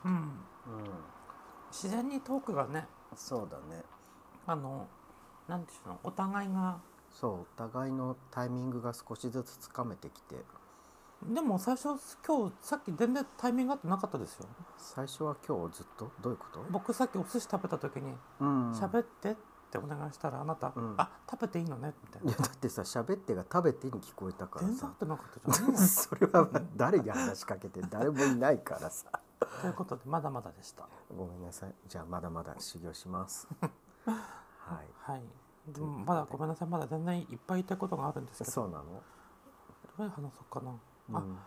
Speaker 2: ら
Speaker 1: うん
Speaker 2: うん
Speaker 1: 自然にトークがね
Speaker 2: そうだね
Speaker 1: あのなんていうのお互いが
Speaker 2: そうお互いのタイミングが少しずつつかめてきて
Speaker 1: でも最初今日さっき全然タイミング合ってなかったですよ
Speaker 2: 最初は今日ずっとどういうこと
Speaker 1: 僕さっきお寿司食べた時に
Speaker 2: うん
Speaker 1: 「喋って」ってお願いしたらあなた「
Speaker 2: うん
Speaker 1: あ食べていいのね」みたい
Speaker 2: い
Speaker 1: な
Speaker 2: やだってさ喋ってが食べてに聞こえたから
Speaker 1: 全然合
Speaker 2: さ
Speaker 1: ってなかったじゃん
Speaker 2: それは誰に話しかけて誰もいないからさ
Speaker 1: ということでまだまだで した
Speaker 2: ごめんなさいじゃあまだまだ修行し ますはい
Speaker 1: はいでもまだごめんなさいまだ全然いっぱい言いたいことがあるんですけど
Speaker 2: そうなの、
Speaker 1: どれ話そうかな、
Speaker 2: う
Speaker 1: あ
Speaker 2: ん、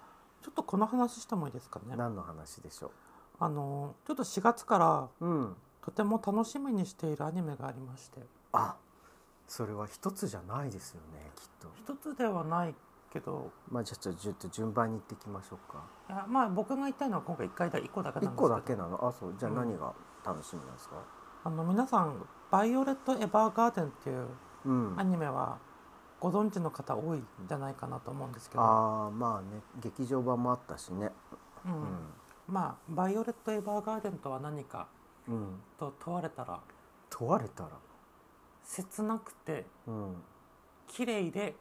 Speaker 1: ちょっとこの話してもいいですかね
Speaker 2: 何の話でしょ
Speaker 1: あのちょっと4月から
Speaker 2: ううん
Speaker 1: とても楽しみにしているアニメがありまして
Speaker 2: あそれは一つじゃないですよねきっと。
Speaker 1: 一つではないけど
Speaker 2: まあじゃあちょちょっと順番に行っていきましょうか。
Speaker 1: いやまあ僕が言いたいのは今回1回だ1個だけ
Speaker 2: 一
Speaker 1: なんですけど
Speaker 2: 個だけなのあそうじゃあ何が楽しみなんですか、
Speaker 1: あの皆さん「バイオレット・エヴァーガーデン」っていう
Speaker 2: うん
Speaker 1: アニメはご存知の方多いんじゃないかなと思うんですけど、
Speaker 2: ああまあね劇場版もあったしね
Speaker 1: うんまあ「バイオレット・エヴァーガーデン」とは何か
Speaker 2: うん、うん、
Speaker 1: と問われたら
Speaker 2: 問われたら
Speaker 1: 切なくて
Speaker 2: うん
Speaker 1: 綺麗で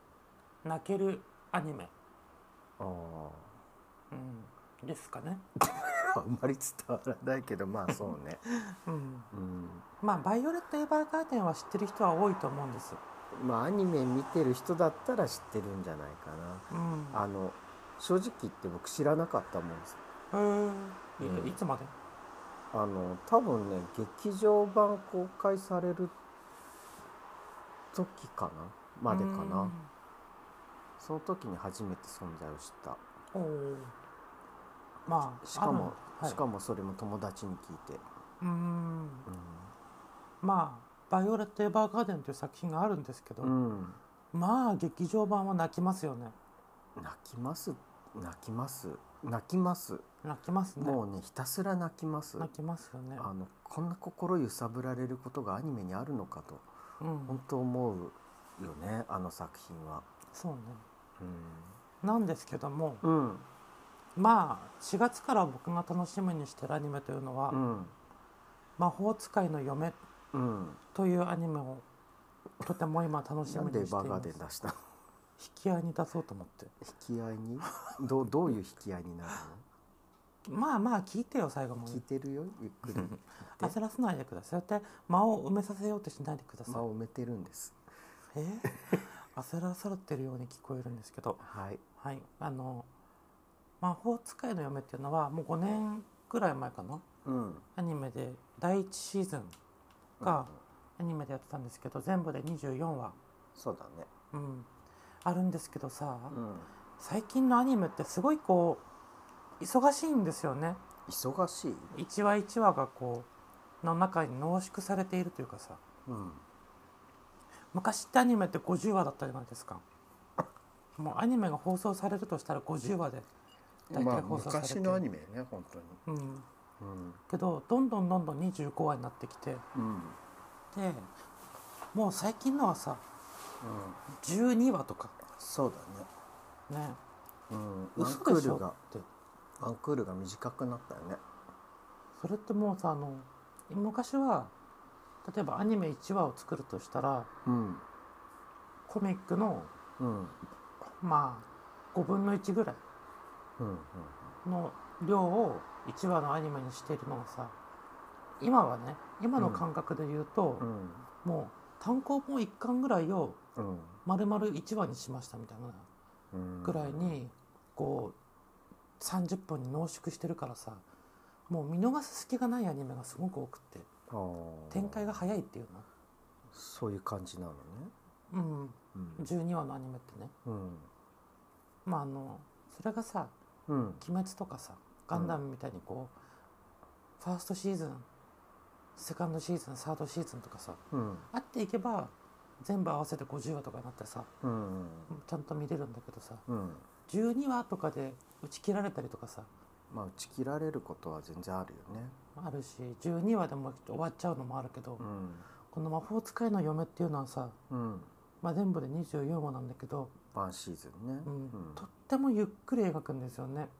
Speaker 1: 泣けるアニメ、
Speaker 2: あ
Speaker 1: うん、ですかね、
Speaker 2: ああんまり伝わらないけどまあそ うね
Speaker 1: うん、
Speaker 2: うん
Speaker 1: まあ「バイオレット・エヴァーガーデン」は知ってる人は多いと思うんです、
Speaker 2: まあアニメ見てる人だったら知ってるんじゃないかな
Speaker 1: うん、
Speaker 2: あの正直言って僕知らなかったもんです
Speaker 1: へーい
Speaker 2: うん
Speaker 1: いつまで
Speaker 2: あの多分ね劇場版公開される時かなまでかなその時に初めて存在を知った
Speaker 1: うんおーまあ
Speaker 2: しか
Speaker 1: あ
Speaker 2: も、
Speaker 1: るはい
Speaker 2: しかもそれも友達に聞いて、
Speaker 1: うん
Speaker 2: う
Speaker 1: まあ「バイオレット・エヴァーガーデン」という作品があるんですけど、
Speaker 2: ん
Speaker 1: まあ劇場版は泣きますよね
Speaker 2: 泣きます泣きます泣きます、
Speaker 1: 泣きますね
Speaker 2: もうねひたすら泣きます
Speaker 1: 泣きますよね
Speaker 2: あのこんな心揺さぶられることがアニメにあるのかと
Speaker 1: うん
Speaker 2: 本当思うよねあの作品は。
Speaker 1: そうね
Speaker 2: う
Speaker 1: なんですけども
Speaker 2: ん、うん
Speaker 1: まあ4月から僕が楽しみにしてるアニメというのは「
Speaker 2: うん
Speaker 1: 魔法使いの嫁
Speaker 2: うん、」
Speaker 1: というアニメをとても今楽し
Speaker 2: な
Speaker 1: み
Speaker 2: んで
Speaker 1: にして
Speaker 2: バ
Speaker 1: い
Speaker 2: ーガ
Speaker 1: ま
Speaker 2: ー
Speaker 1: す
Speaker 2: デン出したの
Speaker 1: 引き合いに出そうと思って
Speaker 2: 引き合いにどうどういう引き合いになる
Speaker 1: まあまあ聞いてよ最後ま
Speaker 2: の
Speaker 1: で
Speaker 2: 聞いてるよゆっくりて
Speaker 1: 焦らせないでくださいそうやって間を埋めさせようとしないでください
Speaker 2: 間を埋めてるんです
Speaker 1: え ー焦らされてるように聞こえるんですけど
Speaker 2: はい
Speaker 1: はいあの「魔法使いの嫁」っていうのはもう5年ぐらい前かな
Speaker 2: うん
Speaker 1: アニメで第1シーズンがアニメでやってたんですけど全部で24話、
Speaker 2: そうだね
Speaker 1: うん、あるんですけどさ、
Speaker 2: うん
Speaker 1: 最近のアニメってすごいこう忙しいんですよね
Speaker 2: 忙しい
Speaker 1: 1話1話がこうの中に濃縮されているというかさ
Speaker 2: うん
Speaker 1: 昔ってアニメって50話だったじゃないですかもうアニメが放送されるとしたら50話で、大
Speaker 2: ま
Speaker 1: 体
Speaker 2: あ
Speaker 1: 放送されて
Speaker 2: 昔のアニメね本当に
Speaker 1: うん、
Speaker 2: うん
Speaker 1: けどどんどんどんどん25話になってきて
Speaker 2: うん
Speaker 1: でもう最近のはさ12話とか
Speaker 2: そうだね
Speaker 1: ね
Speaker 2: うんワン
Speaker 1: 嘘
Speaker 2: ク
Speaker 1: で
Speaker 2: ー
Speaker 1: し
Speaker 2: ル
Speaker 1: ょ
Speaker 2: が
Speaker 1: って
Speaker 2: ワンクールが短くなったよね
Speaker 1: それってもうさあの昔は例えばアニメ1話を作るとしたら
Speaker 2: うん
Speaker 1: コミックの
Speaker 2: うん
Speaker 1: まあ5分の1ぐらい
Speaker 2: うん
Speaker 1: の量を1話のアニメにしているのがさ今はね今の感覚で言うと、
Speaker 2: うん
Speaker 1: もう単行本1巻ぐらいを
Speaker 2: うん
Speaker 1: 丸々1話にしましたみたいな
Speaker 2: うん
Speaker 1: ぐらいにこう30分に濃縮してるからさもう見逃す隙がないアニメがすごく多くって
Speaker 2: あー
Speaker 1: 展開が早いっていう
Speaker 2: そういう感じなのね
Speaker 1: の、
Speaker 2: う
Speaker 1: うん、
Speaker 2: ん
Speaker 1: 12話のアニメってね
Speaker 2: うん
Speaker 1: まああのそれがさ
Speaker 2: うん
Speaker 1: 「鬼滅」とかさ「ガンダム」みたいにこう、ファーストシーズンセカンドシーズンサードシーズンとかさ
Speaker 2: うん
Speaker 1: あっていけば全部合わせて50話とかになってさ
Speaker 2: うん
Speaker 1: ちゃんと見れるんだけどさ
Speaker 2: うん
Speaker 1: 12話とかで打ち切られたりとかさ
Speaker 2: まあ打ち切られることは全然あるよね
Speaker 1: あるし12話でもう終わっちゃうのもあるけど、
Speaker 2: うん
Speaker 1: この「魔法使いの嫁」っていうのはさ、
Speaker 2: うん
Speaker 1: まあ、全部で24話なんだけど、
Speaker 2: ワンシーズンね
Speaker 1: うんとってもゆっくり描くんですよね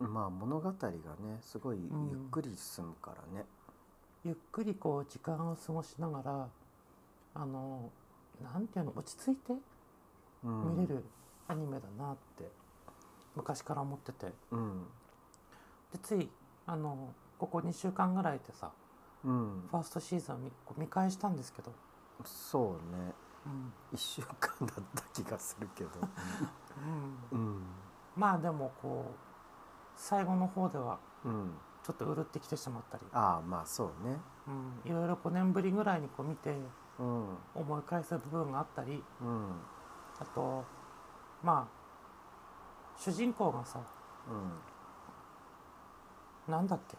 Speaker 2: うんまあ物語がねすごいゆ
Speaker 1: ん
Speaker 2: っくり進むからね
Speaker 1: ゆっくりこう時間を過ごしながらあのなんていうの落ち着いて
Speaker 2: うん
Speaker 1: 見れるアニメだなって昔から思ってて
Speaker 2: うん
Speaker 1: でついあのここ2週間ぐらいでさ
Speaker 2: うん
Speaker 1: ファーストシーズンを見こう見返したんですけど、
Speaker 2: そうね
Speaker 1: うん
Speaker 2: 1週間だった気がするけ どうん
Speaker 1: まあでもこう最後の方では
Speaker 2: うん
Speaker 1: ちょっとうるってきてしまったり、
Speaker 2: ああまあそうね
Speaker 1: うん、いろいろ5年ぶりぐらいにこう見て
Speaker 2: うん
Speaker 1: 思い返す部分があったり
Speaker 2: うん
Speaker 1: あとまあ主人公がさ
Speaker 2: うん
Speaker 1: なんだっけ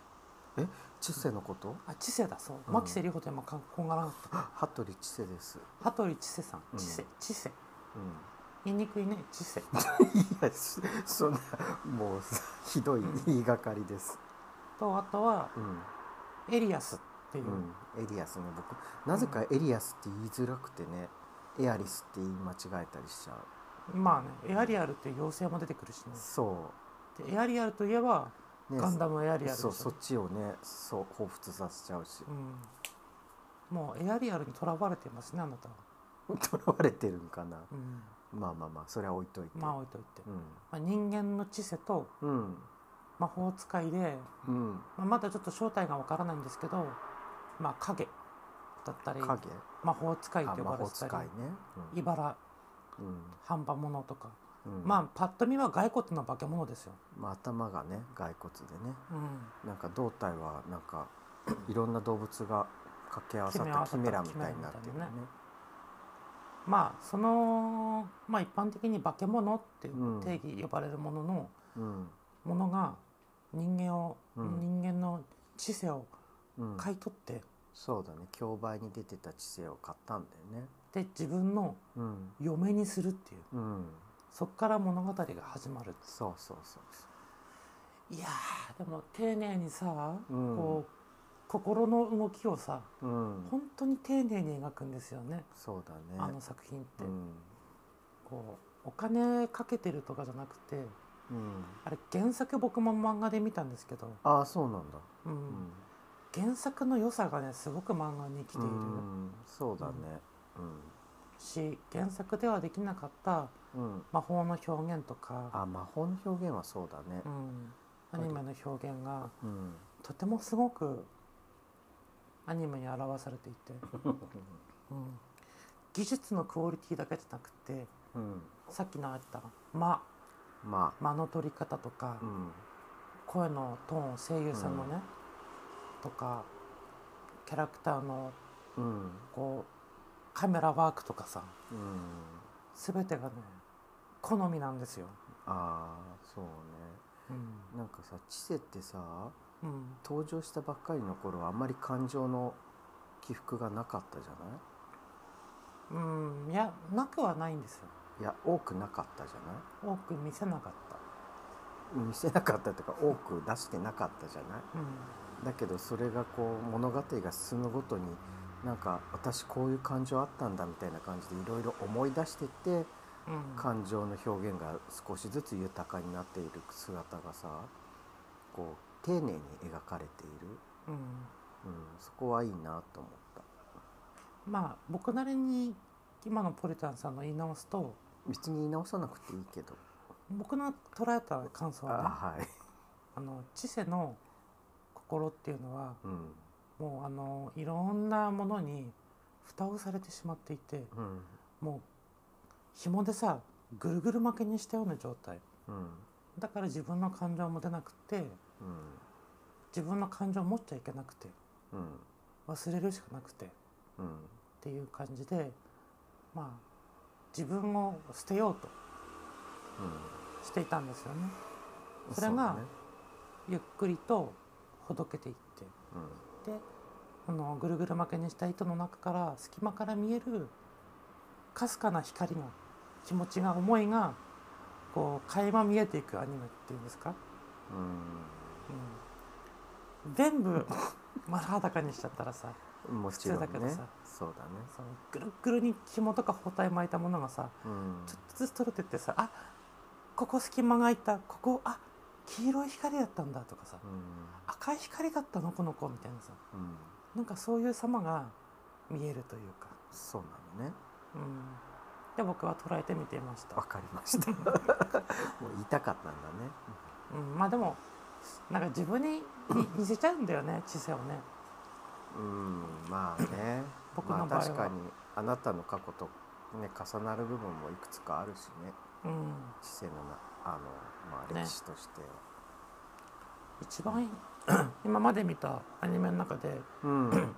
Speaker 2: 知世のこと
Speaker 1: あ知世だそう、
Speaker 2: うん
Speaker 1: 牧瀬里穂と今かこんがらなかっ
Speaker 2: 羽鳥知世です、
Speaker 1: た羽鳥知世さん
Speaker 2: うん
Speaker 1: 知世知世
Speaker 2: うん、
Speaker 1: 言いにくいね知世
Speaker 2: いやしそんなもうひどい言いがかりです、
Speaker 1: とあとは
Speaker 2: うん
Speaker 1: エリアスっていう、
Speaker 2: うん、エリアスね僕なぜかエリアスって言いづらくてね、エアリスって言い間違えたりしちゃう
Speaker 1: まあねエアリアルっていう妖精も出てくるしね
Speaker 2: そ
Speaker 1: でエアリアルといえば
Speaker 2: う、ね、
Speaker 1: ガンダムエアリアルでし
Speaker 2: そ
Speaker 1: ょ
Speaker 2: うそっちをねそう彷彿させちゃうし
Speaker 1: うんもうエアリアルにとらわれてますねあなたは、
Speaker 2: とらわれてるんかな
Speaker 1: うん、
Speaker 2: まあまあまあそれは置いといて
Speaker 1: まあ置いといて、
Speaker 2: うん
Speaker 1: まあ、人間の知性と
Speaker 2: うん
Speaker 1: 魔法使いで、
Speaker 2: うん
Speaker 1: まあ、まだちょっと正体がわからないんですけど、まあ、影だったり
Speaker 2: 影
Speaker 1: 魔法使い
Speaker 2: あ
Speaker 1: と呼
Speaker 2: 魔
Speaker 1: ばれ
Speaker 2: 法
Speaker 1: てた
Speaker 2: 使
Speaker 1: り
Speaker 2: いね
Speaker 1: 茨
Speaker 2: うん、
Speaker 1: 半端者とか、
Speaker 2: うんうん
Speaker 1: まあパッと見は骸骨の化け物ですよ、
Speaker 2: まあ頭がね骸骨でね
Speaker 1: うん、
Speaker 2: なんか胴体はなんか いろんな動物が掛け合わさ
Speaker 1: 決め合わ
Speaker 2: っ
Speaker 1: さ
Speaker 2: て
Speaker 1: った
Speaker 2: キメラみたいになってる
Speaker 1: キメ
Speaker 2: ね
Speaker 1: ラみまあその、まあ、一般的に化け物っていう定義呼ばれるものの、
Speaker 2: うん
Speaker 1: ものが人間を、
Speaker 2: うん
Speaker 1: 人間の知性を
Speaker 2: うん
Speaker 1: 買い取って、
Speaker 2: そうだね競売に出てた知性を買ったんだよね
Speaker 1: で自分の
Speaker 2: うん
Speaker 1: 嫁にするっていう
Speaker 2: うん
Speaker 1: そっから物語が始まる
Speaker 2: そうそうそうそ
Speaker 1: いやーでも丁寧にさ、
Speaker 2: ううん
Speaker 1: こう心の動きをさ
Speaker 2: うん
Speaker 1: 本当に丁寧に描くんですよね
Speaker 2: そうだね
Speaker 1: あの作品って、
Speaker 2: うん
Speaker 1: こうお金かけてるとかじゃなくて
Speaker 2: うん
Speaker 1: あれ原作僕も漫画で見たんですけど、
Speaker 2: ああそうなんだ
Speaker 1: うん
Speaker 2: うん
Speaker 1: 原作の良さがねすごく漫画に生きている
Speaker 2: うんそうだね
Speaker 1: し原作ではできなかった
Speaker 2: うんうん
Speaker 1: 魔法の表現とか、
Speaker 2: あ魔法の表現はそうだね
Speaker 1: うん、アニメの表現が
Speaker 2: うん
Speaker 1: とてもすごくアニメに表されていて、うん、技術のクオリティだけじゃなくて
Speaker 2: うん
Speaker 1: さっきのあった間
Speaker 2: ま
Speaker 1: 間の取り方とか、
Speaker 2: あうん
Speaker 1: 声のトーン声優さんのね、とかキャラクターの
Speaker 2: うん
Speaker 1: こうカメラワークとかさ
Speaker 2: うん
Speaker 1: 全てがね好みなんですよ。
Speaker 2: ああそうね
Speaker 1: うん
Speaker 2: なんかさ知性ってさ
Speaker 1: うん、
Speaker 2: 登場したばっかりの頃はあんまり感情の起伏がなかったじゃない
Speaker 1: うん、いやなくはないんですよ
Speaker 2: いや多くなかったじゃな
Speaker 1: 多く見せなかった。
Speaker 2: い見せなかったとか多く出してなかったじゃない
Speaker 1: うん
Speaker 2: だけどそれがこう物語が進むごとになんか私こういう感情あったんだみたいな感じでいろいろ思い出してって
Speaker 1: うん
Speaker 2: 感情の表現が少しずつ豊かになっている姿がさこう丁寧に描かれている、
Speaker 1: うん
Speaker 2: うん、そこはいいなと思った
Speaker 1: まあ僕なりに今のポリタンさんの言い直すと
Speaker 2: 別に言い直さなくていいけど
Speaker 1: 僕の捉えた感想
Speaker 2: あ
Speaker 1: はね
Speaker 2: はい、
Speaker 1: あの知性の心っていうのは
Speaker 2: うん
Speaker 1: もうあのいろんなものに蓋をされてしまっていて
Speaker 2: うん
Speaker 1: もう紐でさぐるぐる巻きにしたような状態
Speaker 2: うん
Speaker 1: だから自分の感情も出なくて
Speaker 2: うん
Speaker 1: 自分の感情を持っちゃいけなくて
Speaker 2: うん
Speaker 1: 忘れるしかなくてっ
Speaker 2: うん
Speaker 1: ていう感じでまあ自分を捨てようとしていたんですよね。
Speaker 2: うん
Speaker 1: それが
Speaker 2: うね
Speaker 1: ゆっくりとほどけていって
Speaker 2: うん
Speaker 1: であのぐるぐる巻きにした糸の中から隙間から見えるかすかな光が気持ちが思いがこう垣間見えていくアニメっていうんですか、うん、全部 丸裸にしちゃったらさ
Speaker 2: うんもちろんね
Speaker 1: 普通だけどさ
Speaker 2: そうだね
Speaker 1: そのぐるっぐるに紐とか包帯巻いたものがさ
Speaker 2: うん
Speaker 1: ちょっとずつ取れてってさあここ隙間が空いたここあ黄色い光だったんだとかさ
Speaker 2: うん
Speaker 1: 赤い光だったのこの子みたいなさ
Speaker 2: うん
Speaker 1: なんかそういう様が見えるというか、
Speaker 2: そうなのね
Speaker 1: うん、で僕は捉えてみていました
Speaker 2: わ、かりました もう言いたかったんだね
Speaker 1: うん、まあでもなんか自分にに似せちゃうんだよね知性をね
Speaker 2: うんまあね
Speaker 1: 僕の場合は
Speaker 2: まあ、確かにあなたの過去と、ね、重なる部分もいくつかあるしね
Speaker 1: うん
Speaker 2: 知性のなあの、まあ、
Speaker 1: ね
Speaker 2: 歴史としては、
Speaker 1: 一番 今まで見たアニメの中で
Speaker 2: うん、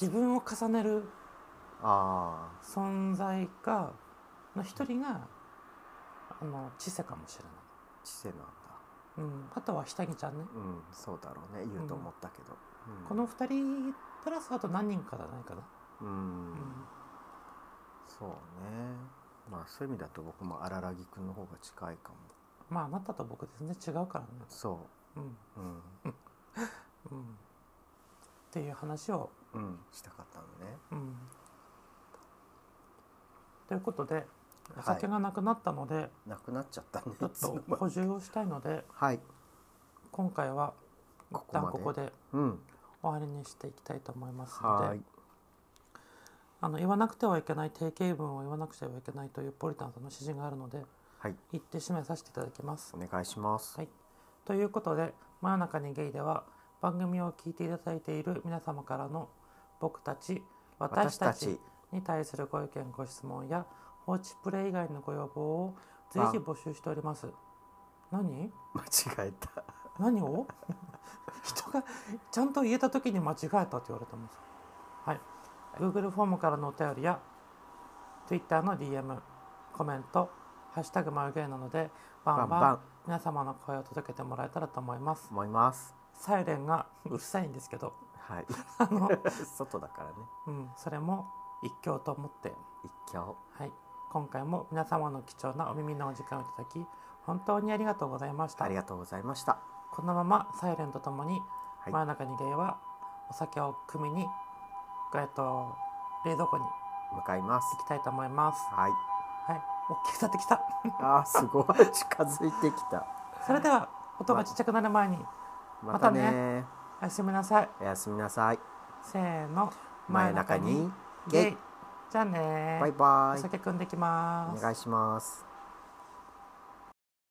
Speaker 1: 自分を重ねる
Speaker 2: あ
Speaker 1: 存在がの一人があの知性かもしれない
Speaker 2: あ知性なんだ、
Speaker 1: うん、あとは下着ちゃんね、
Speaker 2: うん、そうだろうね言うと思ったけど、うん
Speaker 1: この2人プラスあと何人かじゃないかな、
Speaker 2: うん、
Speaker 1: うん
Speaker 2: そうねまあそういう意味だと僕も荒木くんの方が近いかも
Speaker 1: まああなたと僕全然違うからね
Speaker 2: そ
Speaker 1: うん
Speaker 2: ううん
Speaker 1: うんっていう話を、
Speaker 2: うんしたかったのね
Speaker 1: うん、ということでお
Speaker 2: は
Speaker 1: 酒
Speaker 2: い
Speaker 1: がなくなったので、
Speaker 2: なくなっちゃったね
Speaker 1: ちょっ
Speaker 2: いつの
Speaker 1: と
Speaker 2: 間に
Speaker 1: 補充をしたいので
Speaker 2: はい
Speaker 1: 今回は一
Speaker 2: ここま
Speaker 1: 旦
Speaker 2: で
Speaker 1: ここで
Speaker 2: うん
Speaker 1: 終わりにしていきたいと思いますの
Speaker 2: は
Speaker 1: で
Speaker 2: い
Speaker 1: あの言わなくてはいけない定型文を言わなくてはいけないというポリタンさんの指示があるので
Speaker 2: はい
Speaker 1: 言って締めさせていただきます
Speaker 2: お願いします
Speaker 1: はいということで「真夜中にゲイ」では番組を聞いていただいている皆様からの僕たち私たちに対するご意見ご質問や放置プレイ以外のご要望を随時募集しております何
Speaker 2: 私たち間違えた
Speaker 1: 何を 人がちゃんと言えた時に間違えたと言われてますはい、Google フォームからのお便りや Twitter の DM コメント「ハッシュタグマヨゲイ」なのでバンバン
Speaker 2: バンバン
Speaker 1: 皆様の声を届けてもらえたらと思います
Speaker 2: 思います
Speaker 1: サイレンがうるさいんですけ ど、
Speaker 2: はい
Speaker 1: あの
Speaker 2: 外だからね
Speaker 1: うん、それも一興と思って
Speaker 2: 一挙
Speaker 1: はい今回も皆様の貴重なお耳のお時間をいただき本当にありがとうございました
Speaker 2: ありがとうございました
Speaker 1: このままサイレンとともに
Speaker 2: はい
Speaker 1: 真夜中にゲイはお酒を汲みに、えっと、冷蔵庫に
Speaker 2: 向かいます
Speaker 1: 行きたいと思います。
Speaker 2: はい
Speaker 1: はい、おっきくなってきた。
Speaker 2: あーすごい近づいてきた
Speaker 1: それでは音がちっちゃくなる前に
Speaker 2: またね
Speaker 1: またおやすみなさい。
Speaker 2: おやすみなさい
Speaker 1: せーの、
Speaker 2: 真夜中に
Speaker 1: ゲイ。
Speaker 2: ゲイ
Speaker 1: じゃあねー。
Speaker 2: バイバ
Speaker 1: お
Speaker 2: イ
Speaker 1: 酒汲んできます。
Speaker 2: お願いします